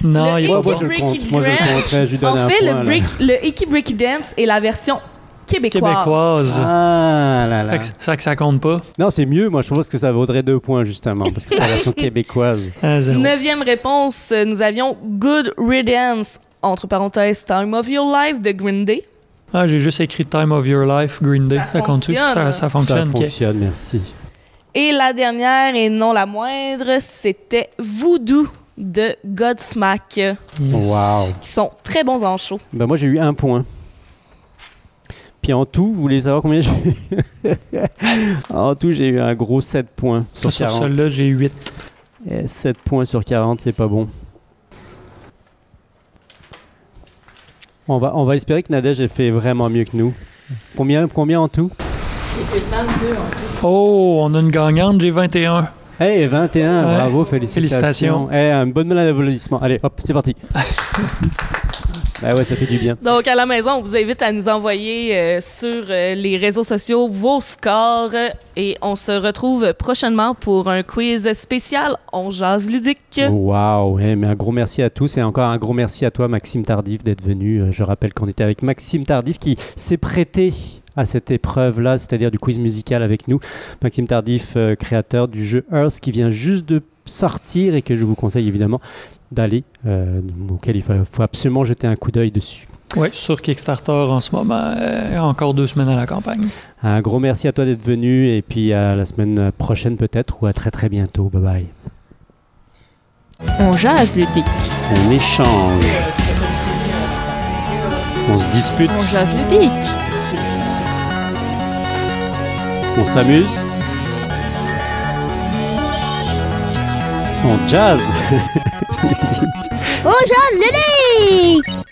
Speaker 4: Non,
Speaker 5: Le
Speaker 4: il est
Speaker 2: Ouais,
Speaker 4: pas
Speaker 5: Aki
Speaker 2: moi,
Speaker 4: bon.
Speaker 2: je le
Speaker 5: Breaky
Speaker 2: compte. Moi, je le
Speaker 5: Dance.
Speaker 2: compterais. Je lui donne
Speaker 5: en
Speaker 2: un
Speaker 5: fait,
Speaker 2: point.
Speaker 5: le,
Speaker 2: là.
Speaker 5: break- le Aki Breaky Dance est la version québécoise.
Speaker 4: Québécoise.
Speaker 2: Ah là là.
Speaker 4: Fait que, fait que ça compte pas.
Speaker 2: Non, c'est mieux. Moi, je pense que ça vaudrait deux points justement parce que c'est la version québécoise.
Speaker 4: Un zéro.
Speaker 5: Neuvième réponse, nous avions Good Riddance, entre parenthèses, Time of Your Life de Green Day.
Speaker 4: Ah, j'ai juste écrit Time of Your Life, Green Day.
Speaker 5: Ça
Speaker 4: Ça, compte
Speaker 5: fonctionne.
Speaker 4: Ça, ça fonctionne.
Speaker 2: ça
Speaker 4: ok.
Speaker 2: fonctionne, merci.
Speaker 5: Et la dernière, et non la moindre, c'était Voodoo de Godsmack, qui
Speaker 4: Yes.
Speaker 2: Wow.
Speaker 5: sont très bons en show.
Speaker 2: Ben moi j'ai eu un point. Puis en tout, vous voulez savoir combien j'ai eu En tout, j'ai eu un gros 7 points sur
Speaker 4: Sur
Speaker 2: 40.
Speaker 4: celle-là, j'ai 8.
Speaker 2: Eh, 7 points sur 40, c'est pas bon. On va, on va espérer que Nadège ait fait vraiment mieux que nous. Combien, combien en tout
Speaker 4: Oh, on a une gagnante, j'ai 21.
Speaker 2: Eh, 21,
Speaker 4: Ouais.
Speaker 2: bravo, félicitations.
Speaker 4: Félicitations.
Speaker 2: Eh, un bon applaudissement. Allez, hop, c'est parti. bah ouais, ça fait du bien.
Speaker 5: Donc, à la maison, on vous invite à nous envoyer euh, sur euh, les réseaux sociaux vos scores euh, et on se retrouve prochainement pour un quiz spécial On jase ludique.
Speaker 2: Waouh, eh, mais un gros merci à tous et encore un gros merci à toi Maxime Tardif d'être venu. Euh, Je rappelle qu'on était avec Maxime Tardif qui s'est prêté à cette épreuve-là, c'est-à-dire du quiz musical avec nous. Maxime Tardif, euh, créateur du jeu Earth qui vient juste de sortir et que je vous conseille évidemment d'aller, euh, auquel il faut, faut absolument jeter un coup d'œil dessus.
Speaker 4: Oui, sur Kickstarter en ce moment, euh, encore deux semaines à la campagne.
Speaker 2: Un gros merci à toi d'être venu et puis à la semaine prochaine peut-être ou à très très bientôt. Bye bye.
Speaker 1: On jase ludique.
Speaker 2: On échange. On se dispute.
Speaker 1: On jase ludique.
Speaker 2: On s'amuse. On jazz.
Speaker 3: Au jazz ludique